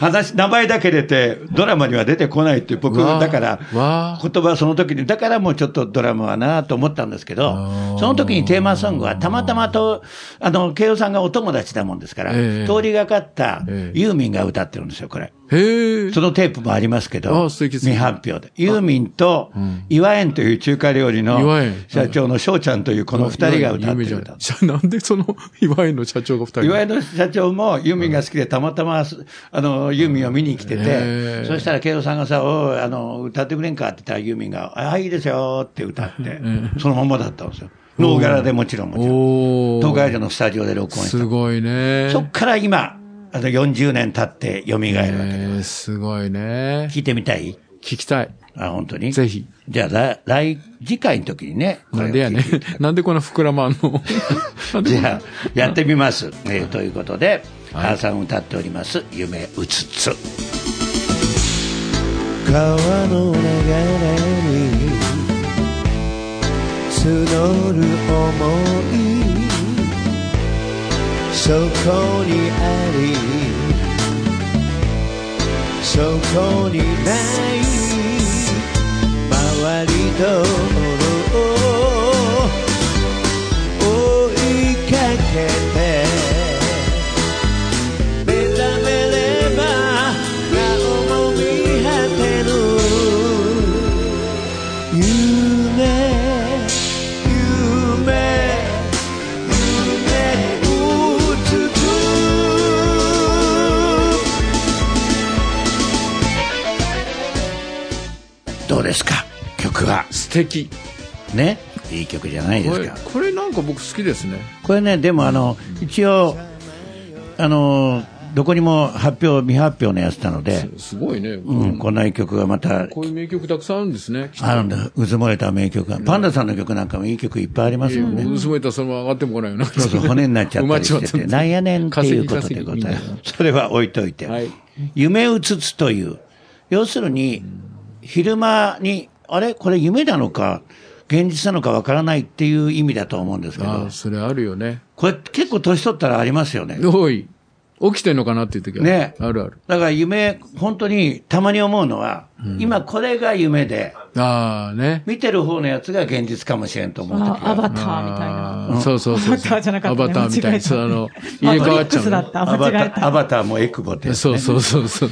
Speaker 3: 話、名前だけ出て、ドラマには出てこないっていう、僕、
Speaker 4: わあ
Speaker 3: だから、言
Speaker 4: わあ
Speaker 3: 葉はその時に、だからもうちょっとドラマはなあと思ったんですけど、その時にテーマソングは、たまたまと、あの、慶応さんがお友達だもんですから、
Speaker 4: ええ
Speaker 3: 通りがかった
Speaker 4: ええ
Speaker 3: ユーミンが歌ってるんですよ、これ。
Speaker 4: へえ。
Speaker 3: そのテープもありますけど、
Speaker 4: あ素敵ですね
Speaker 3: 未発表で。ユーミンと、岩園という中華料理の
Speaker 4: 岩園
Speaker 3: 社長の翔ちゃんというこの二人が歌って
Speaker 4: 夢
Speaker 3: る
Speaker 4: じゃ
Speaker 3: 歌
Speaker 4: ん。じゃあなんでその、岩井の社長が二人
Speaker 3: 岩井の社長もユーミンが好きで、たまたま、あの、ユーミンを見に来て
Speaker 4: へ
Speaker 3: て、
Speaker 4: ー
Speaker 3: そしたら慶応さんがさ、おいあの、歌ってくれんかって言ったらユーミンが、あ、いいですよって歌って、そのままだったんですよ。ノーガラでもちろんもちろん。
Speaker 4: おお。
Speaker 3: 東海道のスタジオで録音
Speaker 4: す
Speaker 3: し
Speaker 4: ごいね
Speaker 3: た。。そっから今、あの、40年経って蘇るわけで
Speaker 4: ええ、すごいね。
Speaker 3: 聞いてみたい
Speaker 4: 聞きたい。
Speaker 3: あ、本当に
Speaker 4: ぜひ。
Speaker 3: じゃあ、来、来、次回の時にね。これ
Speaker 4: な
Speaker 3: を
Speaker 4: んでやね
Speaker 3: 聞いて。
Speaker 4: なんでこんな膨らまん のなんで
Speaker 3: じゃあ、やってみます。えーということで、母さん歌っております、夢うつつ。
Speaker 2: 川の流れに募る想いそこにありそこにない周りと追いかけて目覚めれば
Speaker 4: 敵。
Speaker 3: ね。いい曲じゃないで
Speaker 4: こ
Speaker 3: す
Speaker 4: れ
Speaker 3: か。、
Speaker 4: これなんか僕好きですね。
Speaker 3: これね、でもあの、一応、あの、どこにも発表、未発表のやつなので、
Speaker 4: すごいね。
Speaker 3: うん、こんな曲がまた
Speaker 4: こういう名曲たくさんあるんですね。
Speaker 3: あるんだ、うずもれた名曲が。パンダさんの曲なんかもいい曲いっぱいありますもんね。
Speaker 4: 娘たらそのまま上がっても来ないよな。
Speaker 3: そうそう、骨になっちゃったりしてて、なんやねんっていうことで
Speaker 4: 稼ぎ
Speaker 3: ご
Speaker 4: 稼
Speaker 3: ざ
Speaker 4: ぎ
Speaker 3: います。それは置いといて。
Speaker 4: はい
Speaker 3: 夢うつつという、要するに、昼間に、あれこれ夢なのか、現実なのかわからないっていう意味だと思うんですけ
Speaker 4: あ
Speaker 3: ど
Speaker 4: あ、、それあるよね。
Speaker 3: これ結構年取ったらありますよね。
Speaker 4: おい、起きてんのかなっていう時は。
Speaker 3: ね
Speaker 4: あるある。
Speaker 3: だから夢、本当にたまに思うのは、今これが夢で、
Speaker 4: ああ、ね。
Speaker 3: 見てる方のやつが現実かもしれんと思う時
Speaker 5: あ
Speaker 3: は
Speaker 5: アバターみたいな。
Speaker 4: あーそうそうそう。
Speaker 5: アバターじゃなかったね
Speaker 4: アバターみたい
Speaker 5: 間違え
Speaker 4: に、
Speaker 5: た
Speaker 4: そう、あの、
Speaker 5: マ
Speaker 4: 入れ
Speaker 5: ト
Speaker 4: 替
Speaker 5: リ
Speaker 4: わ
Speaker 5: ッ
Speaker 4: っち
Speaker 5: ク
Speaker 4: ゃう
Speaker 5: スだっ
Speaker 4: の。
Speaker 5: た。
Speaker 3: ア
Speaker 5: 間
Speaker 3: バタ
Speaker 5: 違え
Speaker 3: ー、ア
Speaker 5: た。
Speaker 3: バターもエクボです、
Speaker 4: そ
Speaker 3: ね。
Speaker 4: うそうそうそう。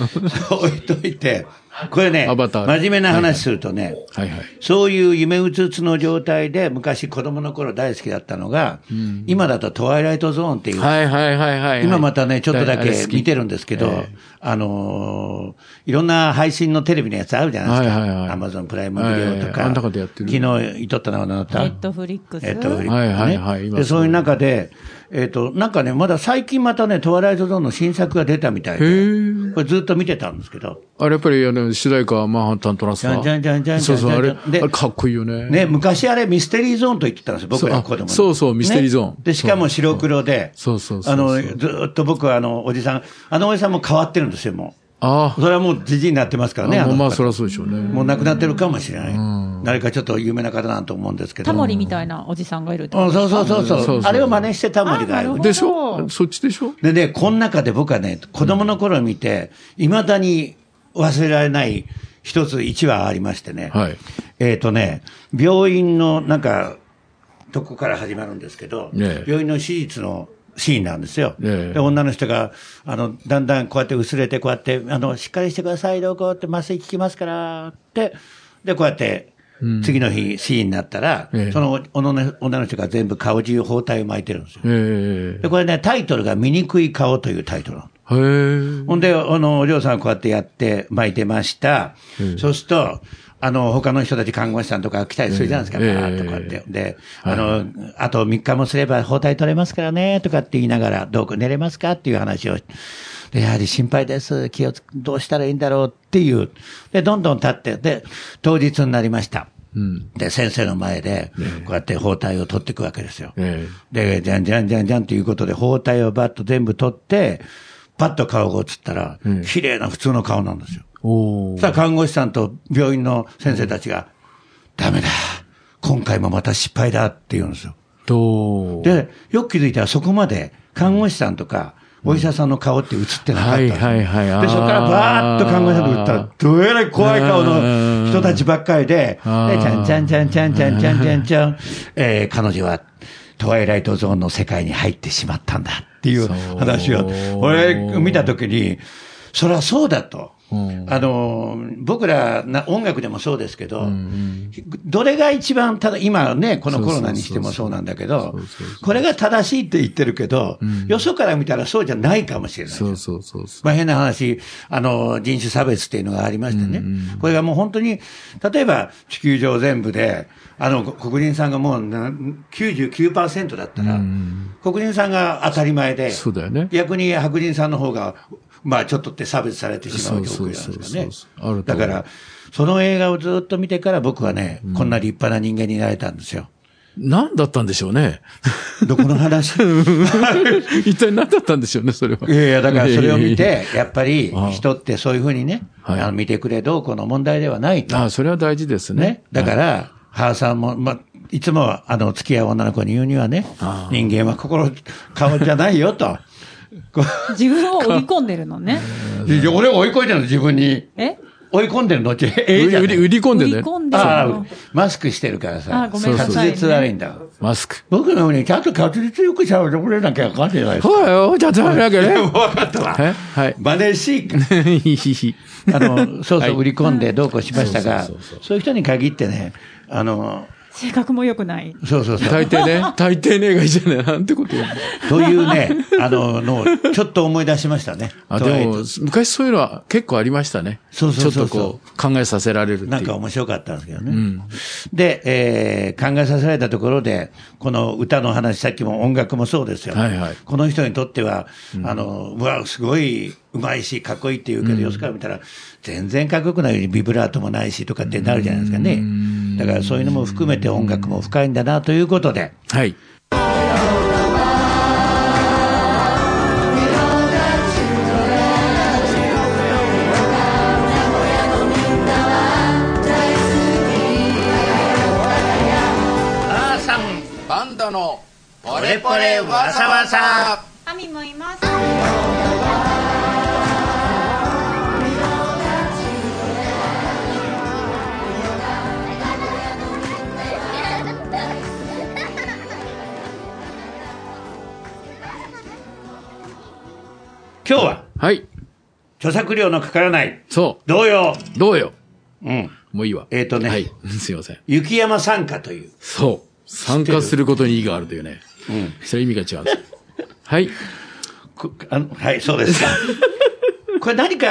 Speaker 3: 置いといて、これね、
Speaker 4: アバター
Speaker 3: 真面目な話するとね、
Speaker 4: はいはい。
Speaker 3: そういう夢うつうつの状態で、昔子供の頃大好きだったのが、今だとトワイライトゾーンっていう、
Speaker 4: はいはいはいはい。
Speaker 3: 今またね、ちょっとだ
Speaker 4: あれ
Speaker 3: け
Speaker 4: 好き
Speaker 3: 見てるんですけど、あのーいろんな配信のテレビのやつあるじゃないです
Speaker 4: はいはいはい
Speaker 3: か。アマゾンプライムビデオと
Speaker 4: ええ
Speaker 3: か、
Speaker 4: あんなことやってる
Speaker 3: 昨日、いとったな、なった。
Speaker 5: ネットフリックス。
Speaker 3: えっと、ね
Speaker 4: はいはいはい今
Speaker 3: で、そういう中で、えっと、なんかね、まだ最近またね、トワイライトゾーンの新作が出たみたい
Speaker 4: へ
Speaker 3: で、
Speaker 4: ー
Speaker 3: これずっと見てたんですけど、
Speaker 4: あれやっぱり、あの、主題歌はマンハッタントランスファー
Speaker 3: じゃんじゃんじゃんじ
Speaker 4: そ
Speaker 3: ゃ
Speaker 4: うん
Speaker 3: じ
Speaker 4: そう、
Speaker 3: ゃ
Speaker 4: あ
Speaker 3: んじ
Speaker 4: れ、
Speaker 3: ゃんで
Speaker 4: あれかっこいいよね。
Speaker 3: ね、昔あれミステリーゾーンと言ってたんですよ、僕
Speaker 4: そう
Speaker 3: ら
Speaker 4: あ
Speaker 3: 子供の
Speaker 4: そうそうミステリーゾーン
Speaker 3: ねで、しかも白黒で、
Speaker 4: そうそうそう
Speaker 3: あの、
Speaker 4: そう
Speaker 3: ずーっと僕はあの、おじさん、あのおじさんも変わってるんですよ、も
Speaker 4: あ
Speaker 3: う。それはもうじじいになってますから
Speaker 4: あ、
Speaker 3: ね、
Speaker 4: もう
Speaker 3: の
Speaker 4: まあ、そりゃそうでしょうね。
Speaker 3: もう亡くなってるかもしれない。誰かちょっと有名な方なんと思うんですけど。
Speaker 5: タモリみたいなおじさんがいるってこ
Speaker 3: う
Speaker 5: と
Speaker 3: んそうそうそう
Speaker 4: そう
Speaker 3: そ
Speaker 4: そうう。
Speaker 3: あれを真似してタモリがあ
Speaker 5: あなる
Speaker 3: る
Speaker 5: ほ。ど
Speaker 4: でしょそっちでしょ
Speaker 3: でね、この中で僕はね、子供の頃見て、いまだに忘れられない一つ、一話ありましてね。
Speaker 4: はい
Speaker 3: えっ、とね、病院のなんか、とこから始まるんですけど、
Speaker 4: ええ
Speaker 3: 病院の手術のシーンなんですよ。
Speaker 4: ええ
Speaker 3: で女の人が、あの、だんだんこうやって薄れて、こうやって、あの、しっかりしてください、どうこうって麻酔効きますから、って、で、こうやって、次の日、シーンになったら、
Speaker 4: ええ
Speaker 3: その女の女の人が全部顔中包帯を巻いてるんですよ。
Speaker 4: ええ
Speaker 3: で、これね、タイトルが醜い顔というタイトルなの。
Speaker 4: へえ。
Speaker 3: ほんで、あの、お嬢さんはこうやってやって巻いてました。そうすると、あの、他の人たち看護師さんとか来たりするじゃないですか、
Speaker 4: ええ
Speaker 3: バーっとこうやっ
Speaker 4: え
Speaker 3: て。で、あの、あと3日もすれば包帯取れますからね、とかって言いながら、どうか寝れますかっていう話を。で、やはり心配です。気をつ、どうしたらいいんだろうっていう。で、どんどん経って、で、当日になりました。で、先生の前で、こうやって包帯を取っていくわけですよ。
Speaker 4: え
Speaker 3: で、じゃんじゃんじゃんじゃんということで、包帯をバッと全部取って、パッと顔が映ったら、綺麗な普通の顔なんですよ。
Speaker 4: お
Speaker 3: そし
Speaker 4: ー
Speaker 3: たら看護師さんと病院の先生たちが、ダメだ。今回もまた失敗だって言うんですよ。
Speaker 4: どう
Speaker 3: で、よく気づいたらそこまで看護師さんとか、お医者さんの顔って映ってなかったんですよ、
Speaker 4: はいはいはい
Speaker 3: で、そこからバーッと看護師さんと打ったら、どえらい怖い顔の人たちばっかりで、で、ち
Speaker 4: あー
Speaker 3: ゃんちゃんちゃんちゃんちゃんちゃんちゃんちゃん、えー彼女はトワイライトゾーンの世界に入ってしまったんだっていう
Speaker 4: そう
Speaker 3: 話を、俺見たときに、そりゃそうだと。あのー、僕らな音楽でもそうですけど、どれが一番、ただ今ね、このコロナにしてもそうなんだけど、これが正しいって言ってるけど、よそから見たらそうじゃないかもしれない。
Speaker 4: そうそうそうそう。
Speaker 3: まあ、変な話、あの、人種差別っていうのがありましてね。これがもう本当に、例えば地球上全部で、あの、こ黒人さんがもうな99%だったら、黒人さんが当たり前で、
Speaker 4: そうだよね
Speaker 3: 逆に白人さんの方が、まあちょっとって差別されてしまう状況なん
Speaker 4: そうそうそう
Speaker 3: です
Speaker 4: そ
Speaker 3: か
Speaker 4: うあ
Speaker 3: ね
Speaker 4: る。と
Speaker 3: だ
Speaker 4: 思う
Speaker 3: から、その映画をずっと見てから僕はね、こんな立派な人間になれたんですよ。
Speaker 4: 何だったんでしょうね。
Speaker 3: どこの話
Speaker 4: 一体何だったんでしょうね、それは。
Speaker 3: いやいや、だからそれを見
Speaker 4: いやいやいやい
Speaker 3: て、やっぱり
Speaker 4: ああ
Speaker 3: 人ってそういうふうにね、
Speaker 4: はい
Speaker 3: あの見てくれどうこうの問題ではないと
Speaker 4: や。。ああ、それは大事ですね。
Speaker 3: ね。だから、母さんも、ま、いつも、あの、付き合う女の子に言うにはね、人間は心、顔じゃないよと。こう
Speaker 5: 自分を追い込んでるのね。
Speaker 3: いや俺追い込んでるの、自分に。
Speaker 5: え
Speaker 3: 追い込んでるのって、
Speaker 4: 売
Speaker 3: ええ
Speaker 4: り
Speaker 3: じゃ
Speaker 4: 売
Speaker 3: ん
Speaker 4: り売り込んで
Speaker 5: 追い
Speaker 4: ね。
Speaker 5: 込んでる
Speaker 3: あ
Speaker 5: の
Speaker 3: あ。、マスクしてるからさ
Speaker 5: あ、ごめんなさい
Speaker 3: 滑
Speaker 5: ね
Speaker 3: 舌悪いんだ。
Speaker 4: マスク。
Speaker 3: 僕のようにちゃんと滑舌よく喋ってくれなきゃあかんじゃないですか。
Speaker 4: はいよ、じゃあ、じゃあ、 わけね。
Speaker 3: 分かった
Speaker 4: え
Speaker 3: わ。
Speaker 4: は い。
Speaker 3: 真似し、
Speaker 4: ひひひ。
Speaker 3: あの、そうそう売り込んでどうこうしましたが、
Speaker 4: そ
Speaker 3: そう
Speaker 4: そう
Speaker 3: ういう人に限ってね、あの、
Speaker 5: 性格も良くない。
Speaker 3: そうそうそう。
Speaker 4: 大抵ね、大抵ねえがいいじゃない、なんてこと言うの
Speaker 3: というね、 あの、の、ちょっと思い出しましたね。
Speaker 4: あ、
Speaker 3: トラ
Speaker 4: で
Speaker 3: イ
Speaker 4: も、昔そういうのは結構ありましたね。
Speaker 3: そうそうそうそう
Speaker 4: ちょっとこう、考えさせられるっていう。
Speaker 3: なんか面白かったんですけどね。で、えー考えさせられたところで、この歌の話、さっきも音楽もそうですよ。
Speaker 4: はいはい
Speaker 3: この人にとっては、あの、うわ、すごい、うまいし、かっこいいって言うけど、よそから見たら、全然かっこよくないようにビブラートもないしとかってなるじゃないですかね。だからそういうのも含めて音楽も深いんだなということで、
Speaker 4: はい。
Speaker 6: 母さんバンドのポレポレわさわさ
Speaker 5: アミもいます。
Speaker 3: 今日は、
Speaker 4: はい。
Speaker 3: 著作料のかからない、
Speaker 4: そ
Speaker 3: 童謡、
Speaker 4: う。どうよ。
Speaker 3: うん、
Speaker 4: もういいわ。
Speaker 3: えーとね
Speaker 4: はい。 すいません。
Speaker 3: 雪山参加という、
Speaker 4: そう。参加することに意義があるというね。
Speaker 3: うん
Speaker 4: それ意味が違うんです。はい。
Speaker 3: こあのはい、そうです か。これ何か、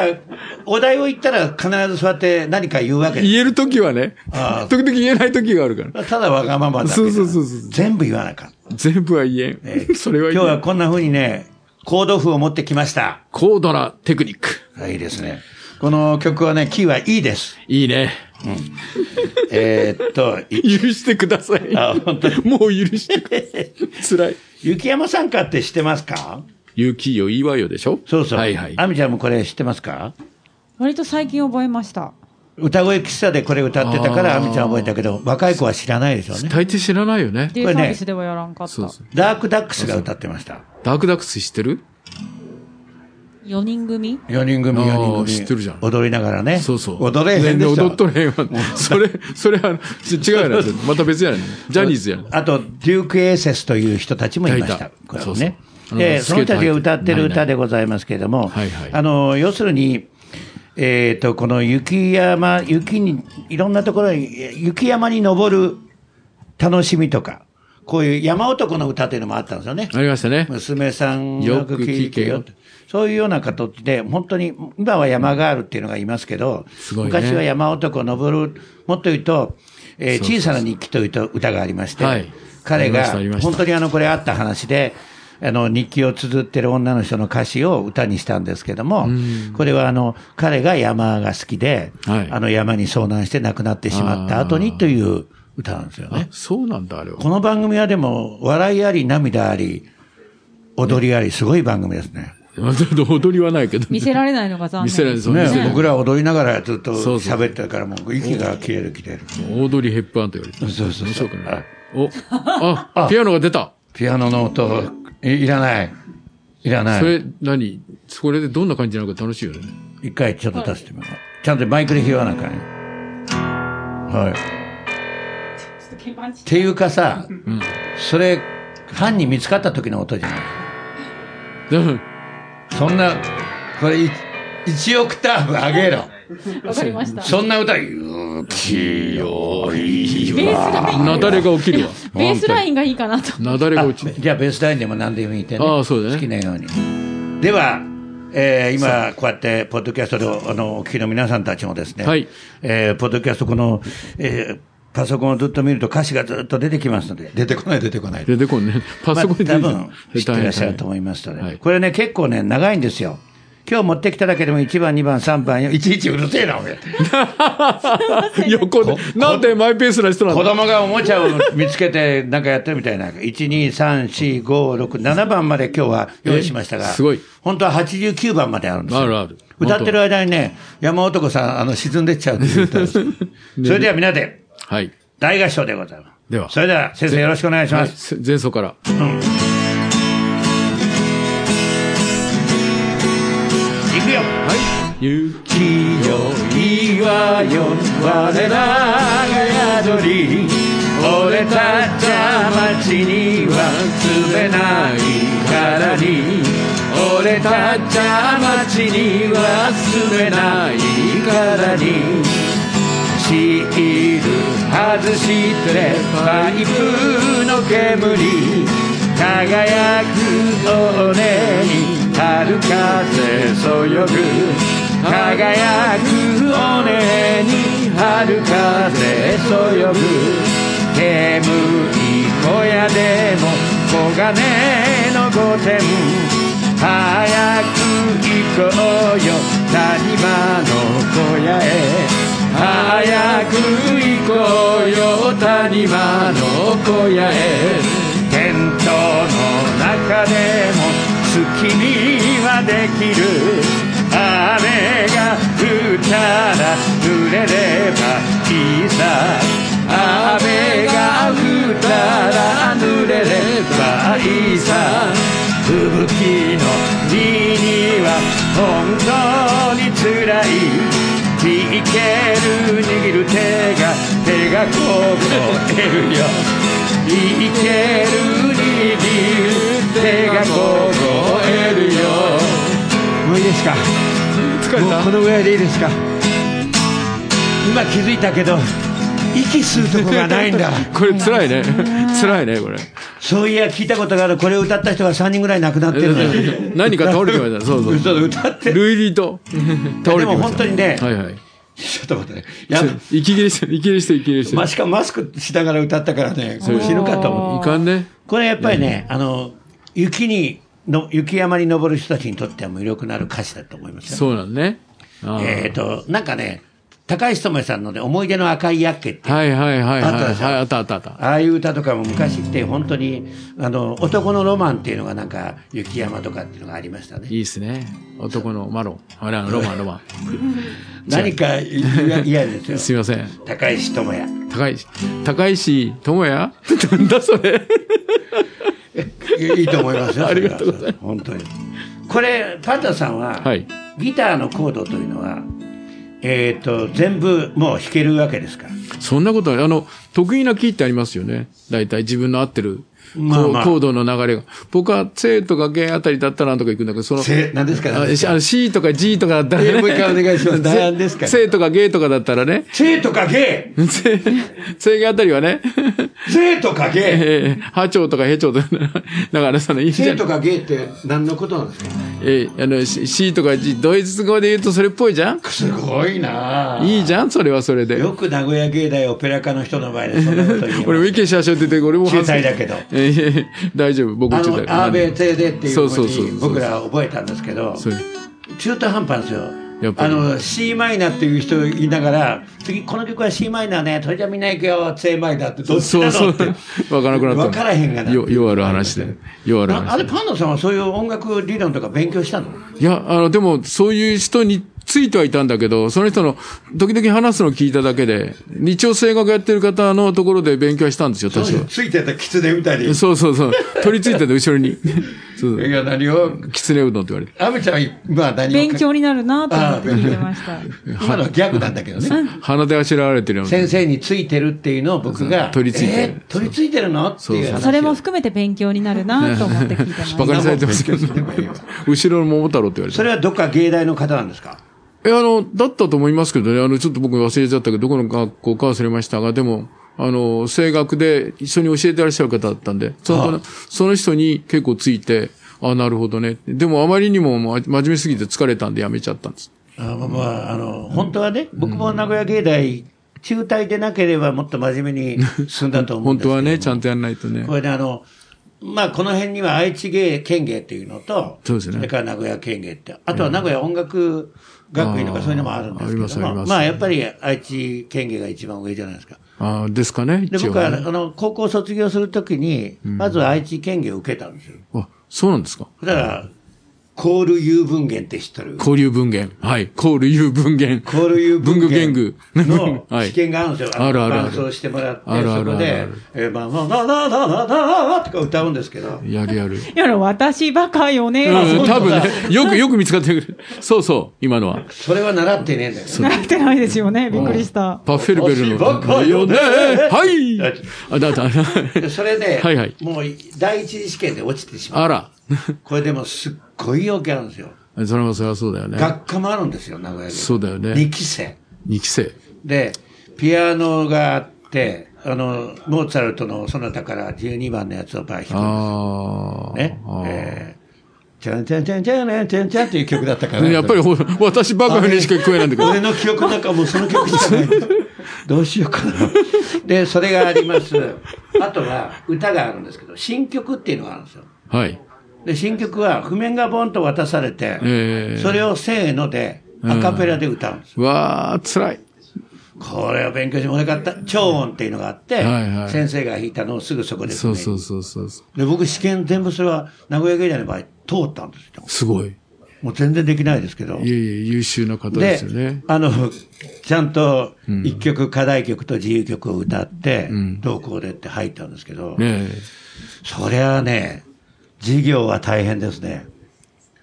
Speaker 3: お題を言ったら必ずそうやって何か言うわけで
Speaker 4: 言えるときはね
Speaker 3: ああ、
Speaker 4: 時々言えないときがあるから。
Speaker 3: す。ただわがままだけだ
Speaker 4: そうそうそうそう
Speaker 3: 全部言わなかった。
Speaker 4: 全部は言え
Speaker 3: え
Speaker 4: ん。それは
Speaker 3: 今
Speaker 4: 言
Speaker 3: 日
Speaker 4: え
Speaker 3: は
Speaker 4: ん。
Speaker 3: こんな風にね、コード譜を持ってきました。
Speaker 4: 高度なテクニック。
Speaker 3: あいいですね。この曲はね、キーはいいです。
Speaker 4: いいね。
Speaker 3: えーっと、い
Speaker 4: 許してください。
Speaker 3: あ本当
Speaker 4: もう許してください。辛い。
Speaker 3: 雪山さんかって知ってますか
Speaker 4: 雪よ、いわよでしょ
Speaker 3: そうそう。
Speaker 4: はいはい。
Speaker 3: アミちゃんもこれ知ってますか
Speaker 5: 割と最近覚えました。
Speaker 3: 歌声喫茶でこれ歌ってたから
Speaker 4: あ
Speaker 3: ア
Speaker 4: ー
Speaker 3: ミちゃん覚えたけど、若い子は知らないでしょうね。
Speaker 4: 大抵知らないよね。
Speaker 5: デイ
Speaker 3: こ
Speaker 5: サ
Speaker 3: れね
Speaker 5: ービスではやらんかった。
Speaker 4: そうそう。
Speaker 3: ダークダックスが歌ってました。
Speaker 4: ダークダックス知ってる
Speaker 5: 4人組
Speaker 3: 4人組、
Speaker 4: あー
Speaker 3: 4人組。
Speaker 4: 知ってるじゃん
Speaker 3: 踊りながらね。
Speaker 4: そうそう。
Speaker 3: 踊れへんで
Speaker 4: ね
Speaker 3: しょ。
Speaker 4: 踊っとれへんわ。それ、それは、ち違うやないまた別やないジャニーズや ない
Speaker 3: あと、デューク・エーセスという人たちもいまし
Speaker 4: い
Speaker 3: た
Speaker 4: た。
Speaker 3: これ
Speaker 4: そ
Speaker 3: は
Speaker 4: うそう
Speaker 3: ね。
Speaker 4: あの
Speaker 3: で、
Speaker 4: ス
Speaker 3: そ
Speaker 4: ケ
Speaker 3: の人
Speaker 4: ート
Speaker 3: たちが歌ってる歌でございますけれども、
Speaker 4: はいはい
Speaker 3: あの、要するに、えっ、と、この雪山、雪に、いろんなところに、雪山に登る楽しみとか、こういう山男の歌というのもあったんですよね。
Speaker 4: ありましたね。
Speaker 3: 娘さん
Speaker 4: よく聞けよ
Speaker 3: そういうような形で、本当に、今は山ガールっていうのがいますけど、
Speaker 4: すごいね
Speaker 3: 昔は山男を登る、もっと言うと、えー
Speaker 4: そうそうそう
Speaker 3: 小さな日記というと歌がありまして、
Speaker 4: はい
Speaker 3: 彼
Speaker 4: ありま
Speaker 3: が
Speaker 4: したありまし、た
Speaker 3: 本当にあの、これあった話で、あの、日記を綴ってる女の人の歌詞を歌にしたんですけども、これはあの、彼が山が好きで、
Speaker 4: はい
Speaker 3: あの山に遭難して亡くなってしまった後にという歌なんですよね
Speaker 4: あ。そうなんだ、あれは。
Speaker 3: この番組はでも、笑いあり、涙あり、踊りあり、すごい番組ですね。
Speaker 4: 踊りはないけど。
Speaker 5: 見せられないのが残念。
Speaker 4: 見せられない。そう見
Speaker 3: ね
Speaker 4: せられない
Speaker 3: 僕ら踊りながらずっと
Speaker 4: そうそう
Speaker 3: 喋ってたから、もう息が切れる切れる。
Speaker 4: オードリー・ヘップアーンと言われて
Speaker 3: そうそうそう
Speaker 4: 面白くない。お、あ、ピアノが出た。
Speaker 3: ピアノの音、いいらない。いらな
Speaker 4: そ
Speaker 3: い。
Speaker 4: れ、何それでどんな感じなのか楽しいよ ね。
Speaker 3: 一回ちょっと出してみよう。ちゃんとマイクで拾わなあかんよ。はい。っていうかさ、それ、犯人見つかった時の音じゃない。
Speaker 4: うん
Speaker 3: そんな、これ、い一オクターブ上げろ。
Speaker 5: わかりました。
Speaker 3: そんな歌、雪より
Speaker 5: ベー スがいい。
Speaker 4: 雪崩が起きるわ。
Speaker 5: ベースラインがいいかなと。
Speaker 4: 雪崩が落ちる。
Speaker 3: じゃあベースラインでも何でもいいってね。
Speaker 4: ああそうだね
Speaker 3: 好きなように。では、えー今、こうやって、ポッドキャストでおあのお聞きの皆さんたちもですね、
Speaker 4: はい
Speaker 3: えーポッドキャスト、この、えーパソコンをずっと見ると歌詞がずっと出てきますので、出てこない、出てこない。
Speaker 4: 出てこんね。パ
Speaker 3: まあ、
Speaker 4: ソコンで
Speaker 3: 多分知ってらっしゃると思いますので、
Speaker 4: はい
Speaker 3: これね、結構ね、長いんですよ。今日持ってきただけでも1番、2番、3番、4いちいちうるせえな、おめえ。
Speaker 4: 横で。なんでマイペースな人なん
Speaker 3: 子
Speaker 4: だ
Speaker 3: 供がおもちゃを見つけてなんかやってるみたいな。1、2、3、4、5、6、7番まで今日は用意しましたが。
Speaker 4: えすごい。
Speaker 3: 本当は89番まであるんですよ。
Speaker 4: あるある
Speaker 3: 歌ってる間にね、山男さん、あの、沈んでっちゃうっていう歌です それでは皆で、
Speaker 4: はい。
Speaker 3: 大合唱でございます。
Speaker 4: では
Speaker 3: それでは先生よろしくお願いし
Speaker 4: は
Speaker 3: ま
Speaker 4: い
Speaker 3: す。
Speaker 4: せ前奏から。
Speaker 3: いくよ
Speaker 4: はい。ゆ
Speaker 3: 清いはよ我らが宿り俺たちは町には住めないからに俺たちは町には住めないからにシール外してパイプの煙輝く尾根に春風そよぐ輝く尾根に春風そよぐ煙い小屋でも黄金の御殿早く行こうよ谷間の小屋へ早く行こうよ谷間の小屋へテントの中でも好きにはできる雨が降ったら濡れればいいさ雨が降ったら濡れればいいさ吹雪の日には本当につらい引ける握る手が手が凍えるよ引ける握る手が凍えるよもういいですか
Speaker 4: 疲れ
Speaker 3: もうこ
Speaker 4: た
Speaker 3: のぐらいでいいですか今気づいたけど息吸うとこがない んだ
Speaker 4: これ辛 いね。辛いね、これ。
Speaker 3: そういや聞いたことがあるこれを歌った人が3人ぐらい亡くなってるんだよ
Speaker 4: 何か倒れてました。そうそう。
Speaker 3: 嘘歌って
Speaker 4: ルイリーと倒れてました。
Speaker 3: でも本当にね
Speaker 4: はいはい。
Speaker 3: ちょっと待ってね。やっ
Speaker 4: ちょ息切れしてる、息切れしてる、息切れしてる。
Speaker 3: ましかもマスクしながら歌ったからね、これ死ぬかと思う。
Speaker 4: いかんね。
Speaker 3: これやっぱりね、あの、雪に、の雪山に登る人たちにとっては魅力のある歌詞だと思いますよ。
Speaker 4: そうなんね。あー
Speaker 3: えっ、と、なんかね、高橋智也さんのね、思い出の赤いやっけっていう
Speaker 4: はいはいはい
Speaker 3: あった
Speaker 4: は
Speaker 3: で
Speaker 4: い。
Speaker 3: しょ
Speaker 4: はい、あったあったあった。
Speaker 3: ああいう歌とかも昔って本当に、あの、男のロマンっていうのがなんか、雪山とかっていうのがありましたね。
Speaker 4: いいですね。男のマロン。あれ、ロマン、ロマ
Speaker 3: 何かいや嫌ですよ。
Speaker 4: ン。すいません。
Speaker 3: 高橋智也。
Speaker 4: 高い、高石智 也なんだそれ。
Speaker 3: いいいと思いますよ。。
Speaker 4: ありがとうございます
Speaker 3: 本当に。これ、パンダさんは、
Speaker 4: はい
Speaker 3: ギターのコードというのは、えっ、と、全部もう弾けるわけですか。
Speaker 4: そんなことない。あの、得意なキーってありますよね。大体自分の合ってる。
Speaker 3: まあまあ
Speaker 4: コードの流れが。僕は、生とか弦あたりだったらなんとか行くんだけど、その、
Speaker 3: せ、なんですか
Speaker 4: あしあの C とか G とかだったら、ね
Speaker 3: えーもう一回お願いし ます大安ですから
Speaker 4: 生とか芸とかだったらね。
Speaker 3: せとかげ、
Speaker 4: 生生芸あたりはね。
Speaker 3: せとかげ、
Speaker 4: えー、波長とかヘ長とか、だからその、いいじゃ
Speaker 3: せ
Speaker 4: ん
Speaker 3: と。かげって何のことなんですか
Speaker 4: えー、あの、C- C とか G、ドイツ語で言うとそれっぽいじゃん
Speaker 3: すごいなぁ
Speaker 4: いいじゃんそれはそれで。
Speaker 3: よく名古屋芸大オペラ科の人の前でそんなこと言います
Speaker 4: 俺、ウィケシャーショーって言って、俺も
Speaker 3: 中退だけど
Speaker 4: えーいえいえ大丈夫、僕
Speaker 3: あ
Speaker 4: 中
Speaker 3: の、
Speaker 4: 退。
Speaker 3: アーベーテーデっていう
Speaker 4: そうそうそう
Speaker 3: のに僕らは覚えたんですけど、
Speaker 4: そう
Speaker 3: 中途半端ですよ
Speaker 4: やっ。ぱ
Speaker 3: あ
Speaker 4: り
Speaker 3: の C マイナーっていう人言いながら次この曲は C マイナーねそれじゃみんな行くよ C マイナーってどっち
Speaker 4: そ
Speaker 3: だ
Speaker 4: うそ
Speaker 3: ろう
Speaker 4: う
Speaker 3: って。
Speaker 4: わからなくなった。
Speaker 3: わからへんがな
Speaker 4: よ、よある話で。よある
Speaker 3: なあれ
Speaker 4: 話。
Speaker 3: パンダさんはそういう音楽理論とか勉強したの
Speaker 4: いや、あの、でも、そういう人についてはいたんだけど、その人の、時々話すのを聞いただけで、一応声楽やってる方のところで勉強はしたんですよ、多少。
Speaker 3: ついてた狐みたいに
Speaker 4: そうそうそう。取り付いてて、後ろに。そう
Speaker 3: いや何を
Speaker 4: きつねうどんって言われて。
Speaker 3: アメちゃんは今何を
Speaker 5: 勉強になるなと思って聞いてました。
Speaker 3: 今のはギャグなんだけどね
Speaker 4: 鼻であしらわれてるような。
Speaker 3: 先生についてるっていうのを僕が
Speaker 4: 取り付いてる
Speaker 3: えー取り付いてるのっていう話を
Speaker 5: それも含めて勉強になるなと思って聞いてま し
Speaker 4: バ
Speaker 5: た。
Speaker 4: カにされてますけど
Speaker 3: そんなもん勉強してもいいわ。
Speaker 4: 後ろの桃太郎って言われて
Speaker 3: そ。れはどっか芸大の方なんですか
Speaker 4: え、あの、だったと思いますけどね、あの、ちょっと僕忘れちゃったけど、どこの学校か忘れましたが、でも、あの、声楽で一緒に教えてらっしゃる方だったんで、その、その人に結構ついて、あなるほどね。でも、あまりにもま真面目すぎて疲れたんでやめちゃったんです。
Speaker 3: あまあまあ、あの、本当はね、僕も名古屋芸大、中退でなければもっと真面目に進んだと思うん
Speaker 4: 本
Speaker 3: ですけ
Speaker 4: 当
Speaker 3: ど。
Speaker 4: はね、ちゃんとやんないとね
Speaker 3: こ。れであの、まあ、この辺には愛知芸、県芸っていうのと、
Speaker 4: そうですね
Speaker 3: れから名古屋県芸って、あとは名古屋音楽学院とかそういうのもあるんですけど
Speaker 4: あーありますあ
Speaker 3: も、
Speaker 4: ります
Speaker 3: まあ、やっぱり愛知県芸が一番上じゃないですか。
Speaker 4: ああ、ですかね、
Speaker 3: で、
Speaker 4: 一応
Speaker 3: 僕は、あ
Speaker 4: ね。
Speaker 3: の、高校卒業するときに、まず愛知県芸を受けたんですよ。
Speaker 4: あ、そうなんですか。
Speaker 3: だから、コール有文言って知ってる。
Speaker 4: 交流文言。はい。交流文言。
Speaker 3: こういう文具
Speaker 4: 言具。
Speaker 3: の
Speaker 4: は
Speaker 3: 試
Speaker 4: い。
Speaker 3: 験があるんですよ。
Speaker 4: あるあるある
Speaker 3: 伴奏してもらって、
Speaker 4: あるあ
Speaker 3: そ
Speaker 4: る
Speaker 3: こ
Speaker 4: あるあ
Speaker 3: で
Speaker 4: る、
Speaker 3: えーまあ、まあ、まあ、まあ、まあ、まあ、まあ、とか歌うんですけど、
Speaker 4: やるや る。
Speaker 5: いやろ、私バカよね。
Speaker 4: うん、多分
Speaker 3: だ
Speaker 4: ね、よく、よく見つかってくる。そうそう、今のは。
Speaker 3: それは習ってねえんだよ。
Speaker 5: なってないですよね。びっくりした。
Speaker 4: パッフェルベル
Speaker 3: 私ばっか
Speaker 4: の。
Speaker 3: りよね
Speaker 4: はい
Speaker 3: はい
Speaker 4: あ、だ、だ、
Speaker 3: でそれで、
Speaker 4: はいはい
Speaker 3: もう第一次試験で落ちてしまう。
Speaker 4: あら。
Speaker 3: これでもすっごい陽気あるんですよ。
Speaker 4: それもそれはそうだよね。
Speaker 3: 学科もあるんですよ、名古屋で。
Speaker 4: そうだよね
Speaker 3: 2期生。
Speaker 4: 二期生。
Speaker 3: で、ピアノがあっって、あの、モーツァルトのそなたから12番のやつを倍弾くん
Speaker 4: ああ。
Speaker 3: です。ね
Speaker 4: あ。ー
Speaker 3: えー、チャンチャンチャンチャンチャンチャンチャンっていう曲だったから。
Speaker 4: ねやっぱりほら私ばかりにしか聞こえないんだけど。
Speaker 3: 俺の記憶の中もうその曲しかない。どうしよう かな。で、それがあります。あとは、歌があるんですけど、新曲っていうのがあるんですよ。
Speaker 4: はい。
Speaker 3: で、新曲は譜面がボンと渡されて、
Speaker 4: ええ
Speaker 3: それをせーので、アカペラで歌うんです。
Speaker 4: わあ、辛い。
Speaker 3: これを勉強してもらかった。超音っていうのがあって、
Speaker 4: はいはい
Speaker 3: 先生が弾いたのをすぐそこで、ね。
Speaker 4: そうそうそうそうそう。
Speaker 3: で、僕試験全部それは名古屋芸大の場合通ったんですよ。
Speaker 4: すごい。い
Speaker 3: もう全然できないですけど。
Speaker 4: えいえ、優秀な方で
Speaker 3: です
Speaker 4: よね。
Speaker 3: あの、ちゃんと一曲、課題曲と自由曲を歌って、同行でって入ったんですけど、
Speaker 4: ねえ。
Speaker 3: そりゃあね、授業は大変ですね。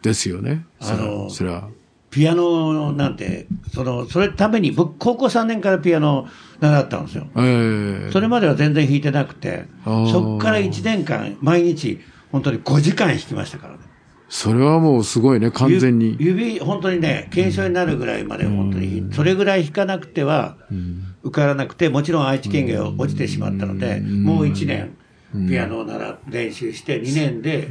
Speaker 4: ですよね。
Speaker 3: あの
Speaker 4: それは。
Speaker 3: ピアノなんて、その、それために、僕、高校3年からピアノを習ったんですよ。
Speaker 4: ええ
Speaker 3: それまでは全然弾いてなくて、
Speaker 4: あー
Speaker 3: そっから1年間、毎日、本当に5時間弾きましたからね。
Speaker 4: それはもうすごいね、完全に。
Speaker 3: ゆ指、本当にね、軽症になるぐらいまで、本当に、それぐらい弾かなくては、受からなくて、もちろん愛知県外を落ちてしまったので、もう1年、ピアノを習練習して、2年で、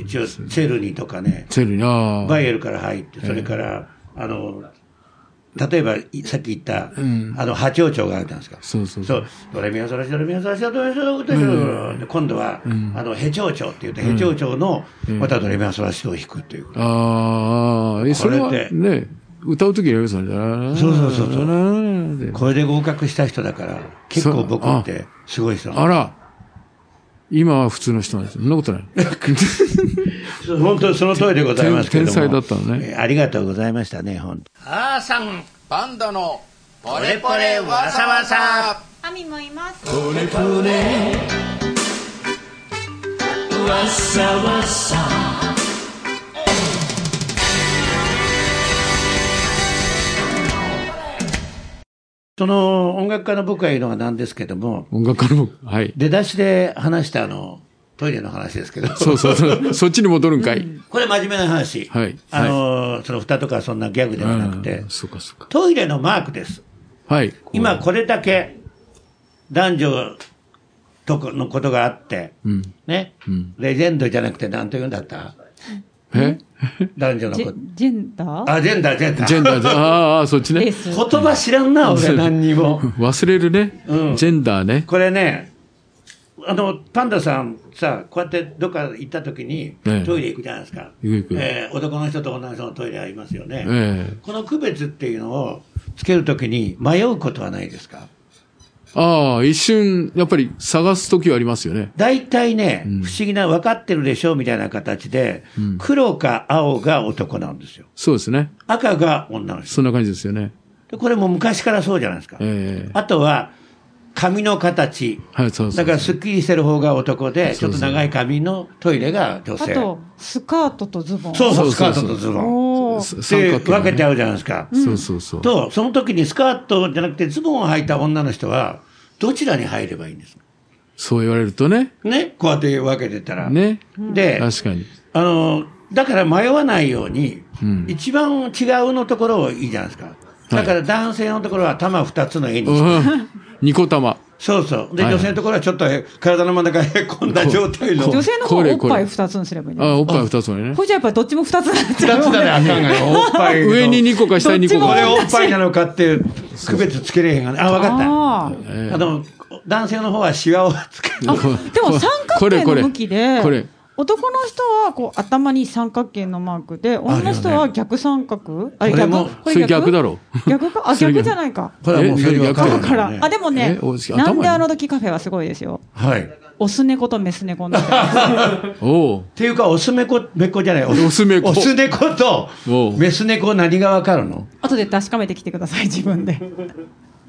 Speaker 3: 一応、セルニとかね、
Speaker 4: セルに、ああ。
Speaker 3: バイエルから入って、それから、あの、例えば、いさっき言った、あの、波長長があるじゃないですか。
Speaker 4: そうそう
Speaker 3: そ
Speaker 4: そう
Speaker 3: う、ドレミアソラシドレミアソラシドドレミアソラシドで今度は、あの、ヘ長調って言って、ヘ長調の、またドレミアソラシドを弾くという。
Speaker 4: ああ、え、それは
Speaker 3: これで
Speaker 4: ね、歌うときにやりますよね。
Speaker 3: そうそうそうそう
Speaker 4: う。で
Speaker 3: これで合格した人だから、結構僕って、すごい人。
Speaker 4: あら、今は普通の人なんです。そんなこ とない。
Speaker 3: 本当にその通りでございますけども。
Speaker 4: 天才だったのね
Speaker 3: えー。ありがとうございましたね、本当
Speaker 6: あーさんバンドのポレポレわさわさ
Speaker 5: アミもいます。
Speaker 3: その、音楽家の僕が言うのはなんですけども、
Speaker 4: 音楽家の、はい。
Speaker 3: 出だしで話したあの、トイレの話ですけど。
Speaker 4: そうそうそう。そっちに戻るんかい。
Speaker 3: これ真面目な話。
Speaker 4: はい
Speaker 3: あの、その蓋とかそんなギャグではなくて
Speaker 4: うん、そうかそうか。
Speaker 3: トイレのマークです。
Speaker 4: はい。
Speaker 3: 今これだけ男女とこのことがあって、
Speaker 4: ん
Speaker 3: ね、レジェンドじゃなくて何と言うんだった
Speaker 4: え
Speaker 3: 男女の
Speaker 5: ジ
Speaker 3: こ
Speaker 5: ェ
Speaker 3: と。
Speaker 5: ジェンダー
Speaker 3: あ、ジェンダー、ジェンダー。
Speaker 4: ジェ ンダーで、あーあー、そっち
Speaker 5: で
Speaker 4: ね。
Speaker 5: す。
Speaker 3: 言葉知らんな、俺、何にも。
Speaker 4: 忘れるね。
Speaker 3: うん
Speaker 4: ジェンダーね。
Speaker 3: これね、あの、パンダさんさ、こうやってどっか行った時に、
Speaker 4: ええ
Speaker 3: トイレ行くじゃないですか。
Speaker 4: 行く行く
Speaker 3: えー男の人と女の人のトイレありますよね。
Speaker 4: ええ。
Speaker 3: この区別っていうのをつけるときに迷うことはないですか
Speaker 4: ああ、一瞬、やっぱり探すときはありますよね。
Speaker 3: 大体ね、不思議な分かってるでしょみたいな形で、黒か青が男なんですよ。
Speaker 4: そうですね。
Speaker 3: 赤が女の人。
Speaker 4: そんな感じですよね。
Speaker 3: でこれも昔からそうじゃないですか。
Speaker 4: ええ。
Speaker 3: あとは、髪の形。
Speaker 4: はい、そうそ
Speaker 3: だ
Speaker 4: う
Speaker 3: か
Speaker 4: そ
Speaker 3: ら、
Speaker 4: う。
Speaker 3: すっきりしてる方が男で、ち
Speaker 4: そ
Speaker 3: ょっ
Speaker 4: う
Speaker 3: と
Speaker 4: そう
Speaker 3: 長い髪のトイレが女
Speaker 5: あ
Speaker 3: 性。
Speaker 5: と、スカートとズボン。
Speaker 3: そうそう、スカー
Speaker 4: そ
Speaker 3: トと
Speaker 4: うそう
Speaker 3: ズボン。
Speaker 5: おー
Speaker 4: す
Speaker 3: で、
Speaker 4: 三角形の
Speaker 3: 分
Speaker 4: ね
Speaker 3: けてあるじゃないですか。
Speaker 4: そうそうそう。
Speaker 3: と、その時にスカートじゃなくてズボンを履いた女の人は、どちらに入ればいいんですか
Speaker 4: そう言われるとね。
Speaker 3: ね、こうやって分けてたら。
Speaker 4: ね。
Speaker 3: で、
Speaker 4: 確かに。
Speaker 3: あの、だから迷わないように、
Speaker 4: ん
Speaker 3: 一番違うのところをいいじゃないですか。だから男性のところは玉二つの絵にして、
Speaker 4: うん。ニコ玉。
Speaker 3: そうそう。で、
Speaker 4: はいはい
Speaker 3: 女性のところはちょっとへ体の真ん中へこんだ状態の。
Speaker 5: 女性の方
Speaker 4: こ
Speaker 5: は
Speaker 4: れ
Speaker 5: おっ
Speaker 4: これ
Speaker 5: ぱい二つにすればいい
Speaker 4: あ
Speaker 5: の
Speaker 4: あ、おっぱい二つもね
Speaker 5: こ。れじゃやっぱどっちも二つになっちゃ
Speaker 3: 二
Speaker 5: う。
Speaker 3: つだね、あかんがよ。おっぱいの。
Speaker 4: 上に2個か下に2個
Speaker 5: ど
Speaker 3: こ
Speaker 5: っち
Speaker 3: れ
Speaker 5: も
Speaker 4: か。
Speaker 3: おっぱいなのかっていう区別つけれへんがね。あ、わかっ
Speaker 5: あー
Speaker 3: た。あの、男性の方はシワをつける。
Speaker 5: でも三角形
Speaker 4: こ
Speaker 5: の
Speaker 4: れ
Speaker 5: 向きで、
Speaker 4: これこ
Speaker 5: 男の人はこう頭に三角形のマークで、女の人は逆三角あれ
Speaker 3: これも
Speaker 5: 逆
Speaker 4: それ逆だろ。
Speaker 5: 逆かあ、
Speaker 4: それ逆
Speaker 5: 逆じゃないか。
Speaker 3: これはもう
Speaker 4: え
Speaker 3: それは
Speaker 4: 逆
Speaker 5: だ
Speaker 3: 分
Speaker 5: か
Speaker 3: るよね
Speaker 5: ら、あ、でも
Speaker 4: え
Speaker 5: ね
Speaker 4: お頭、に
Speaker 5: なんであの時カフェはすごいですよ。
Speaker 3: はい。っ
Speaker 5: オス猫とメス猫の。
Speaker 4: おう。
Speaker 3: ていうか、オス猫、めっこじゃない。オ
Speaker 4: オス猫
Speaker 3: オス猫と
Speaker 4: おう、
Speaker 3: メス猫何がわかるの
Speaker 5: 後で確かめてきてください、自分で。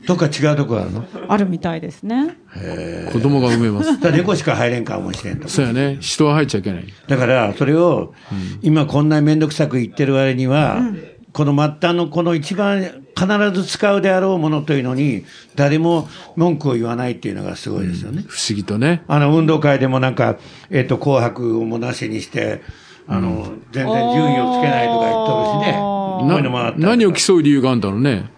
Speaker 3: どっか違うとこあるの
Speaker 5: あるみたいですね。
Speaker 4: 子供が産めます。
Speaker 3: だから猫しか入れんかもしれんと。
Speaker 4: そうやね。人は入っちゃいけない。
Speaker 3: だから、それを、今こんなにめんどくさく言ってる割には、この末端のこの一番必ず使うであろうものというのに、誰も文句を言わないっていうのがすごいですよね。
Speaker 4: 不思議とね。
Speaker 3: あの、運動会でもなんか、えっ、と、紅白をもなしにして、あの、全然順位をつけないとか言っとるしね。こういうのもあ
Speaker 4: な
Speaker 3: ったりとか
Speaker 4: 何を競う理由があるんだろうね。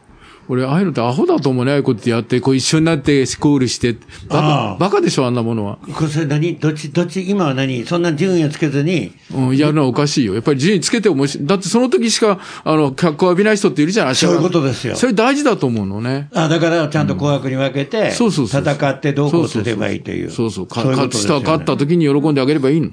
Speaker 4: 俺、ああいうのってアホだと思うね、ああいうことやって、こう一緒になってスコールして、
Speaker 3: あ
Speaker 4: バ
Speaker 3: あ
Speaker 4: カ、バカでしょ、あんなものは。
Speaker 3: これそれ何どっち、どっち、今は何そんな順位をつけずに、
Speaker 4: うん、やるのはおかしいよ。やっぱり順位つけてもし、だってその時しか、あの、脚光浴びない人っているじゃない
Speaker 3: そういうことですよ
Speaker 4: それ大事だと思うのね。
Speaker 3: あだからちゃんと紅白に分けて、
Speaker 4: そうそうそう。
Speaker 3: 戦ってどうこうすればいいという。
Speaker 4: そうそう。か
Speaker 3: いこと
Speaker 4: 勝
Speaker 3: です
Speaker 4: ち
Speaker 3: よ
Speaker 4: た、
Speaker 3: ね
Speaker 4: 勝った時に喜んであげればいいの。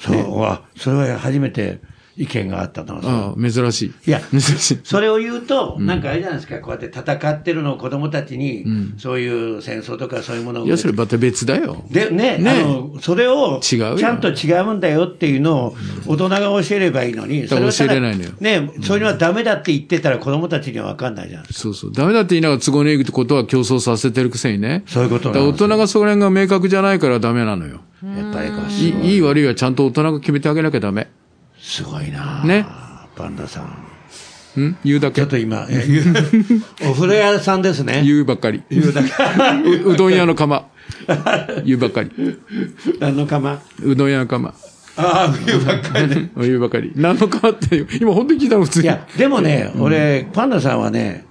Speaker 3: そう、わそれは初めて意見があったな。
Speaker 4: ああ、珍し
Speaker 3: い
Speaker 4: い。
Speaker 3: や
Speaker 4: 珍しい。
Speaker 3: それを言うと、なんかあれじゃないですか、こうやって戦ってるのを子供たちに、そういう戦争とかそういうものを。
Speaker 4: いや、それまた別だよ。
Speaker 3: でね
Speaker 4: ね
Speaker 3: あの、それを
Speaker 4: 違うよ
Speaker 3: ちゃんと違うんだよっていうのを大人が教えればいいのに、
Speaker 4: だから
Speaker 3: そをただ
Speaker 4: 教えれないのよ
Speaker 3: ね、それはダメだって言ってたら子供たちには分かんないじゃないですか。
Speaker 4: そうそう。ダメだって言いながら都合のいいってことは競争させてるくせにね。
Speaker 3: そういうこと
Speaker 4: だ
Speaker 3: な
Speaker 4: から大
Speaker 3: んです
Speaker 4: 人がそこら辺が明確じゃないからダメなのよ。
Speaker 3: やっぱりこう
Speaker 4: い
Speaker 3: すごい
Speaker 4: いいい悪いはちゃんと大人が決めてあげなきゃダメ。
Speaker 3: すごいな
Speaker 4: ね
Speaker 3: パンダさん。
Speaker 4: うん言うだ
Speaker 3: ちょ
Speaker 4: け
Speaker 3: っ。と今、え 言うお風呂屋さんですね。
Speaker 4: 言うばっかり。
Speaker 3: 言うだけ。
Speaker 4: ううどん屋の釜。言うばっかり。
Speaker 3: 何の釜
Speaker 4: うどん屋の釜。
Speaker 3: ああ、言うばっかりね。
Speaker 4: 言うばかり。何の釜っていう。今本当に聞いたの普通
Speaker 3: い
Speaker 4: に。
Speaker 3: や、でもね、俺、パンダさんはね、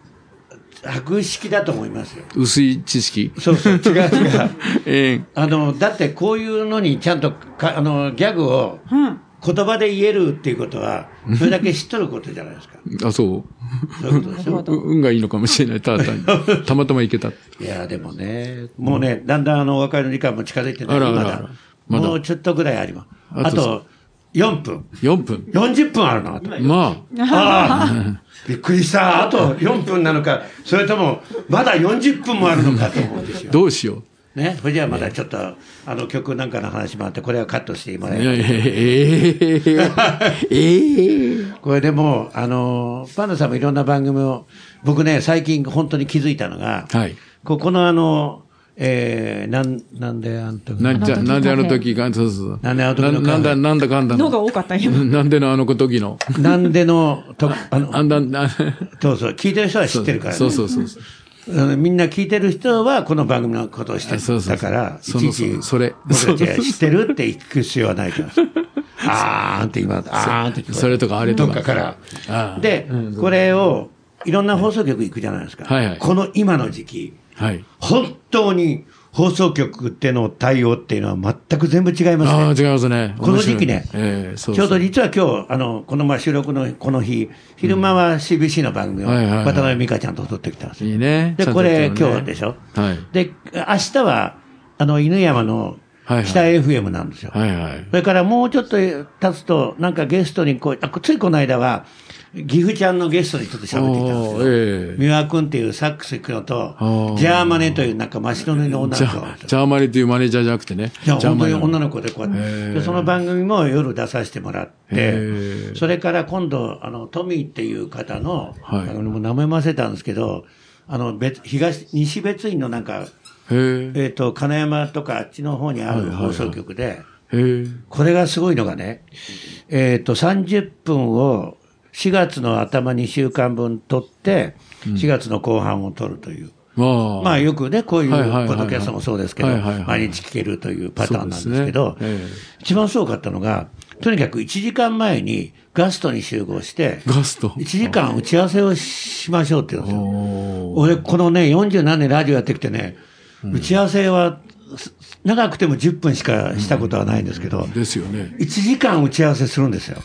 Speaker 3: 白式だと思いますよ。
Speaker 4: 薄い知識。
Speaker 3: そうそう、 違う違 う。
Speaker 4: ええ
Speaker 3: あの、だってこういうのにちゃんとか、あの、ギャグを
Speaker 5: うん。
Speaker 3: 言葉で言えるっていうことは、それだけ知っとることじゃない ですか。
Speaker 4: あ、そ
Speaker 3: そういうことでし
Speaker 5: なる
Speaker 3: ょ。
Speaker 5: ほ
Speaker 4: う。う
Speaker 5: ど。
Speaker 4: 運がいいのかもしれない。ただ単に。たまたまいけた。
Speaker 3: いや、でもね、もうね、だんだんあの、お別れの時間も近づいてない
Speaker 4: あらあら
Speaker 3: ま
Speaker 4: あ
Speaker 3: だ
Speaker 4: ら。まだ
Speaker 3: もうちょっとぐらいあります。
Speaker 4: あ
Speaker 3: あ
Speaker 4: と
Speaker 3: と、4分。
Speaker 4: 4分。
Speaker 3: 40分あるな、あと。
Speaker 4: まあ、
Speaker 3: ああ、 びっくりした。あと4分なのか、それとも、まだ40分もあるのかと思うんですよ。
Speaker 4: どうしよ
Speaker 3: ね、それじゃあまだちょっと、あの曲なんかの話もあって、これはカットしてもら
Speaker 4: う。
Speaker 3: え
Speaker 4: い
Speaker 3: る
Speaker 4: やいやええええ
Speaker 3: これでも、あの、パンダさんもいろんな番組を、僕ね、最近本当に気づいたのが、
Speaker 4: はい。
Speaker 3: ここのあの、えー、なん、なんであんと
Speaker 4: なんじゃ、
Speaker 5: あの時
Speaker 4: なんであの時が、そうそうそう。
Speaker 3: なんであの時
Speaker 4: な
Speaker 3: のカフェ
Speaker 4: なんだ、なんだかんだ
Speaker 5: のが
Speaker 4: の。
Speaker 5: 多かった
Speaker 4: う
Speaker 5: 今。
Speaker 4: んなんでのあの時の。
Speaker 3: なんでの、と、あの、
Speaker 4: あんだ、な、
Speaker 3: そうそう、聞いてる人は知ってるから、ね。
Speaker 4: そうそうそうそう。
Speaker 3: あのみんな聞いてる人はこの番組のことを知って
Speaker 4: あそう
Speaker 3: る。
Speaker 4: そう
Speaker 3: だから、い
Speaker 4: そ
Speaker 3: ち
Speaker 4: の
Speaker 3: いち、
Speaker 4: それ
Speaker 3: 僕たちが知ってるって聞く必要はないから。あーんって今、あーんって聞こえた
Speaker 4: それとかあれと
Speaker 3: ど
Speaker 4: か
Speaker 3: っかから。
Speaker 4: ああ
Speaker 3: で、これを、いろんな放送局行くじゃないですか。
Speaker 4: はいはい
Speaker 3: この今の時期、
Speaker 4: はい。
Speaker 3: 本当に放送局での対応っていうのは全く全部違いますね。
Speaker 4: ああ、違いますね。
Speaker 3: この時期ね
Speaker 4: 面白いええそう
Speaker 3: ち
Speaker 4: そ
Speaker 3: ょ
Speaker 4: う
Speaker 3: うど実は今日、あの、このまあ収録のこの日、昼間は CBC の番組を
Speaker 4: はいはいはい
Speaker 3: 渡辺美香ちゃんと撮ってきたんですよ
Speaker 4: いいね。
Speaker 3: で、これ今日で
Speaker 4: し
Speaker 3: しょ
Speaker 4: ょ。はい。
Speaker 3: で、明日は、あの、犬山の
Speaker 4: はいはい
Speaker 3: 北 FM なんですよ。
Speaker 4: はいはい
Speaker 3: そ。れからもうちょっと経つと、なんかゲストにこう、あついこの間は、岐阜ちゃんのゲストにちょっと喋ってきたんですよ。
Speaker 4: おーええ
Speaker 3: 三輪君っていうサックス君と
Speaker 4: お、ー
Speaker 3: ジャーマネというなんか真っ白の女
Speaker 4: じ
Speaker 3: の
Speaker 4: ゃ
Speaker 3: 子
Speaker 4: あ、ジャーマリというマネージャーじゃなくてね。
Speaker 3: いや、
Speaker 4: ジャー
Speaker 3: 本
Speaker 4: マ
Speaker 3: 当
Speaker 4: リ
Speaker 3: に
Speaker 4: の
Speaker 3: 女の子でこうやっ
Speaker 4: へ
Speaker 3: て。
Speaker 4: ー
Speaker 3: で、その番組も夜出させてもらっ
Speaker 4: へ
Speaker 3: て、
Speaker 4: ー
Speaker 3: それから今度、あの、トミーっていう方の、
Speaker 4: はい
Speaker 3: あのもう名前忘れたんですけど、あの、別、東、西別院のなんか、
Speaker 4: へえ。
Speaker 3: えっ、と、金山とかあっちの方にあ
Speaker 4: はい
Speaker 3: る
Speaker 4: はいはい
Speaker 3: 放送局で、
Speaker 4: へえ。
Speaker 3: これがすごいのがね、えっ、と、30分を4月の頭2週間分取って、4月の後半を取るという。
Speaker 4: まあ。
Speaker 3: まあよくね、こういうポ
Speaker 4: はいはいはいはい
Speaker 3: ッドキャストもそうですけど、
Speaker 4: はいはいはい
Speaker 3: 毎日聞けるというパターンなんですけ
Speaker 4: そ
Speaker 3: ど
Speaker 4: う、ですねえ
Speaker 3: 一番すごかったのが、とにかく1時間前にガストに集合して、
Speaker 4: ガスト
Speaker 3: 1時間打ち合わせをしましょうって言うんですよ。
Speaker 4: おー
Speaker 3: 俺、このね、40何年ラジオやってきてね、打ち合わせは、す長くても10分しかしたことはないんですけど、
Speaker 4: ですよね。
Speaker 3: 1時間打ち合わせするんですよ。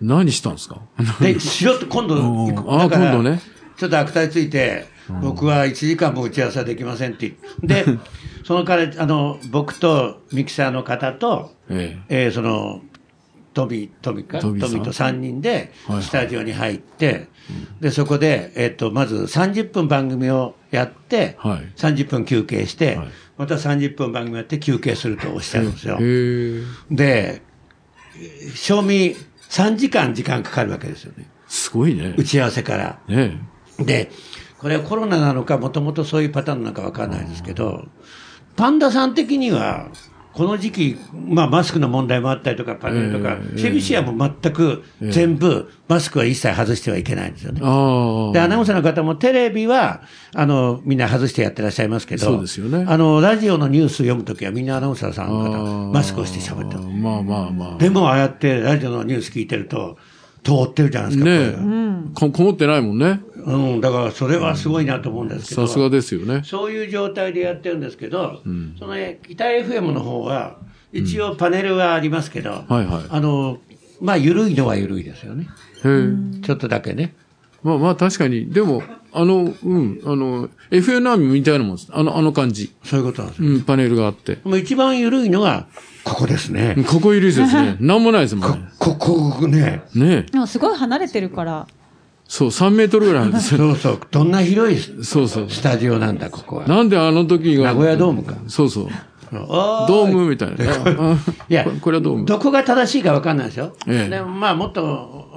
Speaker 4: 何したんですか
Speaker 3: で、しろって今度行く、
Speaker 4: うんあー
Speaker 3: だから
Speaker 4: 今度ね
Speaker 3: ちょっと悪態ついて、僕は1時間も打ち合わせはできませんって言 って、で、その彼、あの、僕とミキサーの方と、
Speaker 4: ええ。
Speaker 3: えーその、トミ、トミか、ト
Speaker 4: ト
Speaker 3: ミ
Speaker 4: ミさん
Speaker 3: と3人で
Speaker 4: はいは、い
Speaker 3: スタジオに入って、で、そこで、えっ、と、まず30分番組をやって、
Speaker 4: はい
Speaker 3: 30分休憩して、
Speaker 4: はい
Speaker 3: また30分番組やって休憩するとおっしゃるんですよ。
Speaker 4: へえ。
Speaker 3: で、賞味3時間時間かかるわけですよね。
Speaker 4: すごいね
Speaker 3: 打。ち合わせから。
Speaker 4: ね
Speaker 3: で、これはコロナなのか、もともとそういうパターンなのかわかんないですけど、パンダさん的には、この時期、まあ、マスクの問題もあったりとか、パネルとか、
Speaker 4: ええ
Speaker 3: セビシアも全く
Speaker 4: ええ
Speaker 3: 全部、マスクは一切外してはいけないんですよね
Speaker 4: え。。ああ。
Speaker 3: で、アナウンサーの方もテレビは、あの、みんな外してやってらっしゃいますけど、
Speaker 4: そうですよね
Speaker 3: あの、ラジオのニュース読むときはみんなアナウンサーさんの
Speaker 4: あ
Speaker 3: 方、
Speaker 4: ー
Speaker 3: マスクをして喋ってる。
Speaker 4: まあまあまあ。
Speaker 3: でも、ああやってラジオのニュース聞いてると、通ってるじゃないですか。
Speaker 4: ね
Speaker 3: 声
Speaker 4: え
Speaker 3: が。
Speaker 4: ここもってないもんね。
Speaker 3: うん、だからそれはすごいなと思うんですけど、
Speaker 4: さすがですよね。
Speaker 3: そういう状態でやってるんですけど、その北 FM の方は、一応パネルはありますけど、
Speaker 4: はいはい
Speaker 3: あの、まあ、緩いのは緩いですよね。
Speaker 4: へえ。
Speaker 3: ちょっとだけね。
Speaker 4: まあまあ確かに、でも、あの、うん、あの、FA ナーミみたいなもんです。あの、あの感じ。
Speaker 3: そういうことなんですよ。
Speaker 4: うん、パネルがあって。
Speaker 3: もう一番緩いのが、ここですね。
Speaker 4: ここいるです ね。なんもないですもんね。
Speaker 3: ここね。
Speaker 4: ねえ
Speaker 5: でもすごい離れてるから。
Speaker 4: そう、3メートルぐらいあるんですよ。
Speaker 3: そう そう。どんな広いス
Speaker 4: そうそう。
Speaker 3: スタジオなんだ、ここは。
Speaker 4: なんであの時が。
Speaker 3: 名古屋ドームか。
Speaker 4: そうそう。
Speaker 3: あ
Speaker 4: ドームみたい な。
Speaker 3: いや
Speaker 4: これこれはドーム。
Speaker 3: どこが正しいか分かんないですよ。
Speaker 4: ええ
Speaker 3: でもまあもっと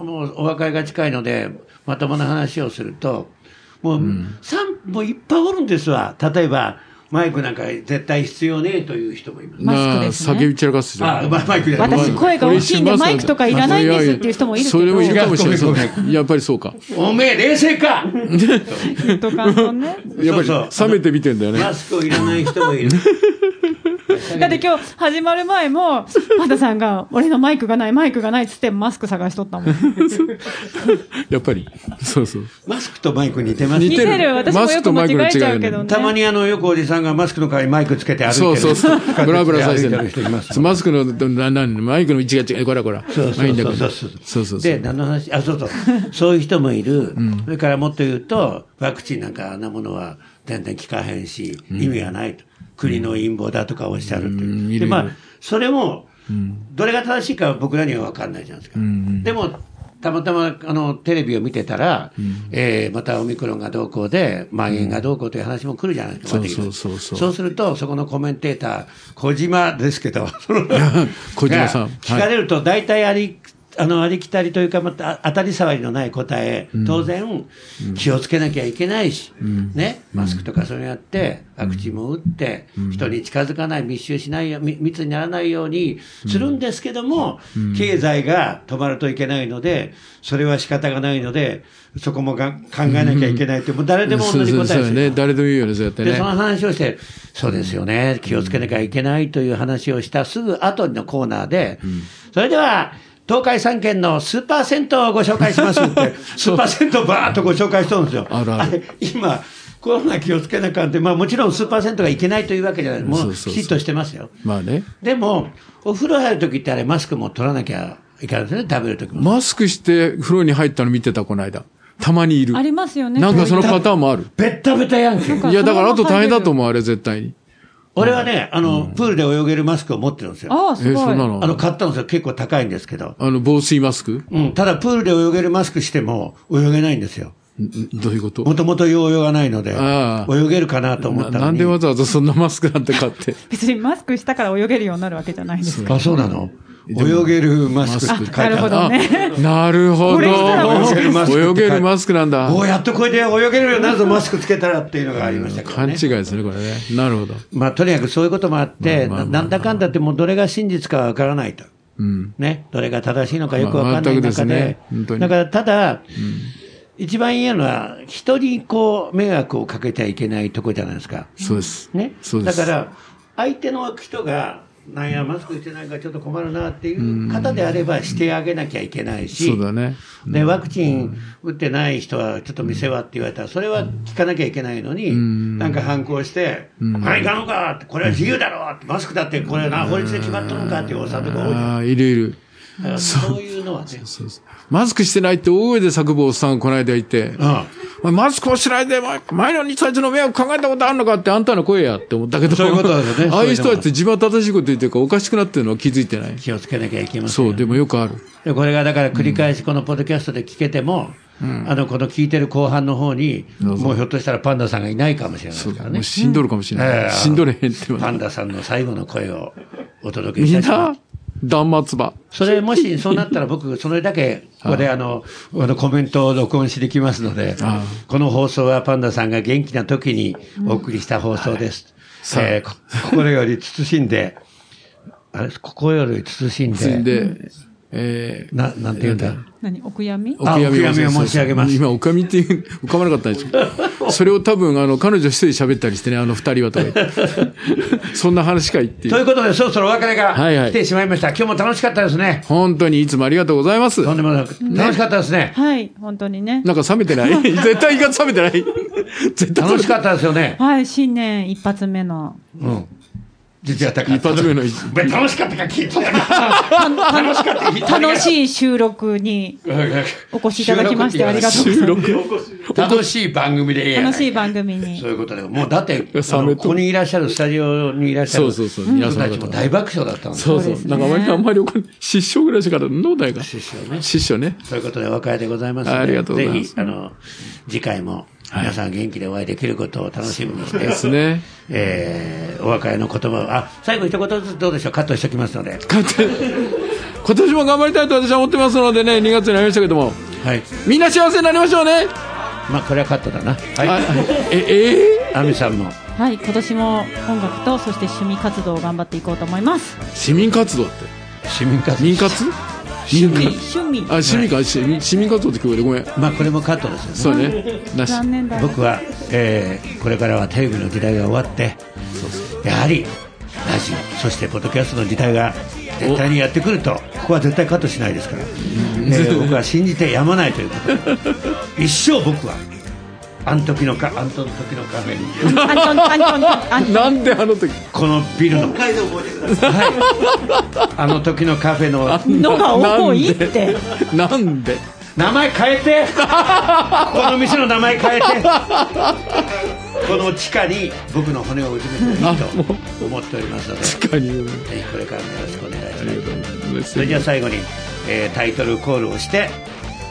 Speaker 3: もうお和解が近いので、まともな話をすると、もう,、三もういっぱいおるんですわ。例えば、マイクなんか絶対必要ねえという人もいます。
Speaker 5: マスク
Speaker 4: なあ
Speaker 5: ですね
Speaker 4: 叫び散らかすじゃん。
Speaker 3: あ、まマイクじゃない。
Speaker 5: 私声が大きいんでマイクとかいらないんですっていう人もいるけど
Speaker 4: それもいるかもしれない
Speaker 3: ごめん
Speaker 4: そうね。やっぱりそうか。
Speaker 3: おめえ冷静か
Speaker 5: きっと感想ね。
Speaker 4: やっ
Speaker 3: そう
Speaker 4: ぱ
Speaker 3: そう
Speaker 4: り冷めて見てんだよね。
Speaker 3: マスクをいらない人もいる。
Speaker 5: だって今日始まる前も、パタさんが、俺のマイクがない、マイクがないっつってマスク探しとったもん。
Speaker 4: やっぱり。そうそう。
Speaker 3: マスクとマイク似てます
Speaker 4: 似
Speaker 5: 似
Speaker 4: て
Speaker 5: て
Speaker 4: る
Speaker 5: る、私もよく間違えちゃうけどね。
Speaker 3: たまにあの、よくおじさんがマスクの代わりにマイクつけて歩いて
Speaker 4: そ
Speaker 3: る。
Speaker 4: うそうそう。ブラブラさせて
Speaker 3: 歩い人います
Speaker 4: る。マスクの、な、な、マイクの位置が違う。こらこら。
Speaker 3: そう
Speaker 4: まあ
Speaker 3: そ
Speaker 4: いいう
Speaker 3: そう
Speaker 4: んだけど
Speaker 3: そう
Speaker 4: そうそうそ
Speaker 3: で、
Speaker 4: う。
Speaker 3: 何の話あ、 そうそう。そういう人もいる。それからもっと言うと、ワクチンなんかあんなものは全然効かへんし、意味がないと。国の陰謀だとかおっしゃると
Speaker 4: うんい
Speaker 3: い。
Speaker 4: るいうる
Speaker 3: で、まあ、それも、どれが正しいかは僕らには分かんないじゃないですか。でも、たまたま、あの、テレビを見てたら、えーまたオミクロンがどうこうで、まん延がどうこうという話も来るじゃないですか。
Speaker 4: うんそうそうそうそう
Speaker 3: そうすると、そこのコメンテーター、小島ですけど、その
Speaker 4: 小島さん
Speaker 3: が聞かれると、大体あり、あの、ありきたりというか、また、あ当たり障りのない答え、当然、気をつけなきゃいけないし、ね、マスクとかそういうのやって、ワクチンも打って、人に近づかない、密集しないよ、み密にならないようにするんですけども、経済が止まるといけないので、それは仕方がないので、そこもが考えなきゃいけないって、もう誰でも
Speaker 4: そ
Speaker 3: 同
Speaker 4: う
Speaker 3: じ
Speaker 4: そ
Speaker 3: 答
Speaker 4: う
Speaker 3: え
Speaker 4: そう
Speaker 3: ですよ
Speaker 4: ね。誰でも言うよね、そうやって
Speaker 3: で、その
Speaker 4: ね。
Speaker 3: 話をして、そうですよね、気をつけなきゃいけないという話をしたすぐ後のコーナーで、それでは、東海3県のスーパー銭湯をご紹介します って、スーパー銭湯ばーっとご紹介しとるんですよ。
Speaker 4: あるある
Speaker 3: れ今、コロナ気をつけなきゃって、まあもちろんスーパー銭湯がいけないというわけじゃない。も
Speaker 4: そううそうそう
Speaker 3: きちっとしてますよ。
Speaker 4: まあね。
Speaker 3: でも、お風呂入るときってあれマスクも取らなきゃいけないですよね、食べるときも。
Speaker 4: マスクして風呂に入ったの見てた、この間。たまにいる
Speaker 5: あ。りますよね。
Speaker 4: なんかその
Speaker 5: そうい
Speaker 4: パターンもある。
Speaker 3: べったべたやんけ。
Speaker 5: う
Speaker 4: いや、だからあと大変だと思う、あれ絶対に。
Speaker 3: 俺はね、あの、プールで泳げるマスクを持ってるんですよ。
Speaker 5: ああ、
Speaker 4: え、
Speaker 5: す
Speaker 4: そん
Speaker 5: ごい。
Speaker 4: なの
Speaker 3: あの、買ったんですよ。結構高いんですけど。
Speaker 4: あの、防水マスク
Speaker 3: うん、ただプールで泳げるマスクしても泳げないんですよ。
Speaker 4: んんどういうこと
Speaker 3: もともとよう泳がないので
Speaker 4: あ、あ
Speaker 3: 泳げるかなと思ったの
Speaker 4: な
Speaker 3: に。
Speaker 4: なんでわざわざそんなマスクなんて 買って。
Speaker 5: 別にマスクしたから泳げるようになるわけじゃないんです。
Speaker 3: あ、そうなの泳げるマスクって書いてあ
Speaker 5: なるほ
Speaker 3: る。
Speaker 5: どね。
Speaker 4: あなるほ
Speaker 5: これしたら
Speaker 4: ど。
Speaker 3: 泳げるマスク
Speaker 4: 泳げるマスクなんだ。
Speaker 3: おやっとこれで泳げるようになるぞ、マスクつけたらっていうのがありましたけど
Speaker 4: 勘違
Speaker 3: ね
Speaker 4: い。ですね、これね。なるほど。
Speaker 3: まあ、とにかくそういうこともあって、ななんだかんだってもうどれが真実かわからないと。
Speaker 4: うん。
Speaker 3: ね、どれが正しいのかよくわかんな
Speaker 4: まあ全
Speaker 3: い
Speaker 4: くです
Speaker 3: 中
Speaker 4: ね
Speaker 3: で、
Speaker 4: 本当に
Speaker 3: だからただ、一番嫌なのは、人にこう、迷惑をかけちゃいけないとこじゃないですか。
Speaker 4: そうです。
Speaker 3: ね、
Speaker 4: そうです。
Speaker 3: だから、相手の人が、なんや、マスクしてないからちょっと困るなっていう方であれば、してあげなきゃいけないし、
Speaker 4: そうだね。
Speaker 3: でワクチン打ってない人は、ちょっと店はって言われたら、それは聞かなきゃいけないのに、なんか反抗して、はい、かんのかって、これは自由だろってマスクだって、これな、法律で決まっとるのかっていうおっさんとか多い
Speaker 4: ああ、いるいる。
Speaker 3: だからそういうのはね、
Speaker 4: そうそうマスクしてないって大声で作坊さんこの間いて、お前マスクをしないで、前前の日たちの迷惑考えたことあるのかってあんたの声やって思ったけど、
Speaker 3: そういうことだよね
Speaker 4: ああいう
Speaker 3: そう
Speaker 4: 人
Speaker 3: いうのは
Speaker 4: たち自分は正しいこと言ってるからおかしくなってるのは気づいてない。
Speaker 3: 気をつけなきゃいけません
Speaker 4: そ
Speaker 3: よ
Speaker 4: う、でもよくある。
Speaker 3: でこれがだから繰り返しこのポッドキャストで聞けても、あのこの聞いてる後半の方に、
Speaker 4: どうぞ
Speaker 3: もうひょっとしたらパンダさんがいないかもしれないで
Speaker 4: そう
Speaker 3: すか
Speaker 4: だ
Speaker 3: ら
Speaker 4: も
Speaker 3: ね
Speaker 4: う。死んどるかもしれ
Speaker 3: え
Speaker 4: な
Speaker 3: え
Speaker 4: い。死んどれへんって言わ
Speaker 3: パ
Speaker 4: れ
Speaker 3: ンダさんの最後の声をお届け
Speaker 4: み
Speaker 3: し
Speaker 4: ん
Speaker 3: たしま
Speaker 4: な
Speaker 3: す。、
Speaker 4: 断末場。
Speaker 3: それもしそうなったら僕、それだ け、ここであの、あのコメントを録音しに来ますので、この放送はパンダさんが元気な時にお送りした放送です。
Speaker 4: さあ
Speaker 3: えーこ心より慎んで、あれ、心より慎んで、
Speaker 4: で、えー
Speaker 2: な、なんて言うんだ。
Speaker 5: 何お悔やみ
Speaker 4: お
Speaker 2: あ
Speaker 4: 悔やみ
Speaker 2: お悔やみを申し上げます
Speaker 4: 今、おかみっていう、浮かばなかったんですけど、それを多分、あの、彼女一人で喋ったりしてね、あの二人はとか言って。 そんな話かいってい
Speaker 3: という
Speaker 4: う。
Speaker 3: ことで、そろそろお別れが
Speaker 4: はいはい
Speaker 3: 来てしまいました。今日も楽しかったですね。
Speaker 4: 本当にいつもありがとうございます。
Speaker 3: とんでもなく、楽しかったですね。
Speaker 5: はい、本当にね。
Speaker 4: なんか冷めてない絶対意外と冷めてない絶対
Speaker 3: 楽しかったですよね。
Speaker 5: はい、新年一発目の。
Speaker 3: うん。実は高橋
Speaker 4: 一発目の一
Speaker 3: お前楽しかったか聞いてない。楽しかった聞いてない。
Speaker 5: 楽しい収録にお越しいただきましてありがとうござい
Speaker 4: 収
Speaker 5: ます。
Speaker 4: 録。
Speaker 3: 楽しい番組でいいやない
Speaker 5: 楽しい番組に
Speaker 3: そう。いうことで、もうだって、あ
Speaker 4: サメ
Speaker 3: の
Speaker 4: と
Speaker 3: ここにいらっしゃる、スタジオにいらっしゃ
Speaker 4: そ
Speaker 3: る
Speaker 4: うそうそう、皆
Speaker 3: 人
Speaker 4: さ
Speaker 3: た
Speaker 4: ん
Speaker 3: ちも
Speaker 4: 方。
Speaker 3: 大爆笑だったので。そ
Speaker 4: そうそう。
Speaker 5: そうですね
Speaker 4: なんか割にあんまり怒る失笑ぐらいしか飲んだよか。失
Speaker 3: 笑ね
Speaker 4: 笑ね。
Speaker 3: ういうことで、お別れでございますので。
Speaker 4: ありがとうございます
Speaker 3: ぜひ、あの、次回も、皆さん元気でお会いできることを楽しみにして。
Speaker 4: ですね。
Speaker 3: えーお別れの言葉を、あ、最後一言ずつどうでしょう、カットしておきますので。
Speaker 4: 勝手に今年も頑張りたいと私は思ってますのでね、2月になりましたけども。
Speaker 3: はい。
Speaker 4: みんな幸せになりましょうね。
Speaker 3: まあ、これはカットだな。
Speaker 4: あ
Speaker 3: は
Speaker 4: え、えー
Speaker 3: い。アミさんも。
Speaker 5: はい、今年も音楽と、そして趣味活動を頑張っていこうと思います。
Speaker 4: 市民活動って
Speaker 3: 市民活動。
Speaker 4: 民活
Speaker 3: 市民。
Speaker 5: 趣味。
Speaker 4: あ市民か、市民市民活動って聞こえるごめん
Speaker 3: まあ、これもカットですよね。
Speaker 4: そうねなし
Speaker 5: 残念だ。
Speaker 3: 僕は、えーこれからはテレビの時代が終わって、やはり、ラジオ、そしてポッドキャストの時代が絶対にやってくると、ここは絶対カットしないですから、えー僕は信じてやまないという ことで、一生僕は、あの時のか、あの時のカフェに。
Speaker 5: アントン、アントン、アントン。
Speaker 4: なんであの時
Speaker 3: このビルのはい、あの時のカフェの
Speaker 5: のが多いっ
Speaker 4: なん
Speaker 5: て。
Speaker 4: でなんで
Speaker 3: 名前変えてこの店の名前変えてこの地下に僕の骨を埋めてもいいと思っておりますのでぜ
Speaker 4: 確かに
Speaker 3: ひこれからもよろしくお願いし
Speaker 4: あ
Speaker 3: ま
Speaker 4: り
Speaker 3: す
Speaker 4: がとうございます
Speaker 3: それでは最後に、えータイトルコールをして、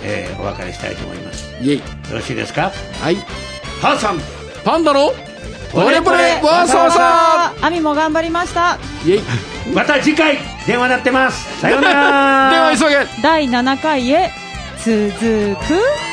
Speaker 3: えーお別れしたいと思いますよ
Speaker 4: イエイ
Speaker 3: ろしいですか
Speaker 4: はい
Speaker 3: ハーさん
Speaker 4: パンダのポレポレワーサワサ
Speaker 5: あアミも頑張りました。
Speaker 4: イエイ
Speaker 3: また次回電 話鳴ってますさようなら
Speaker 4: では急げ
Speaker 5: 第7回へ続く。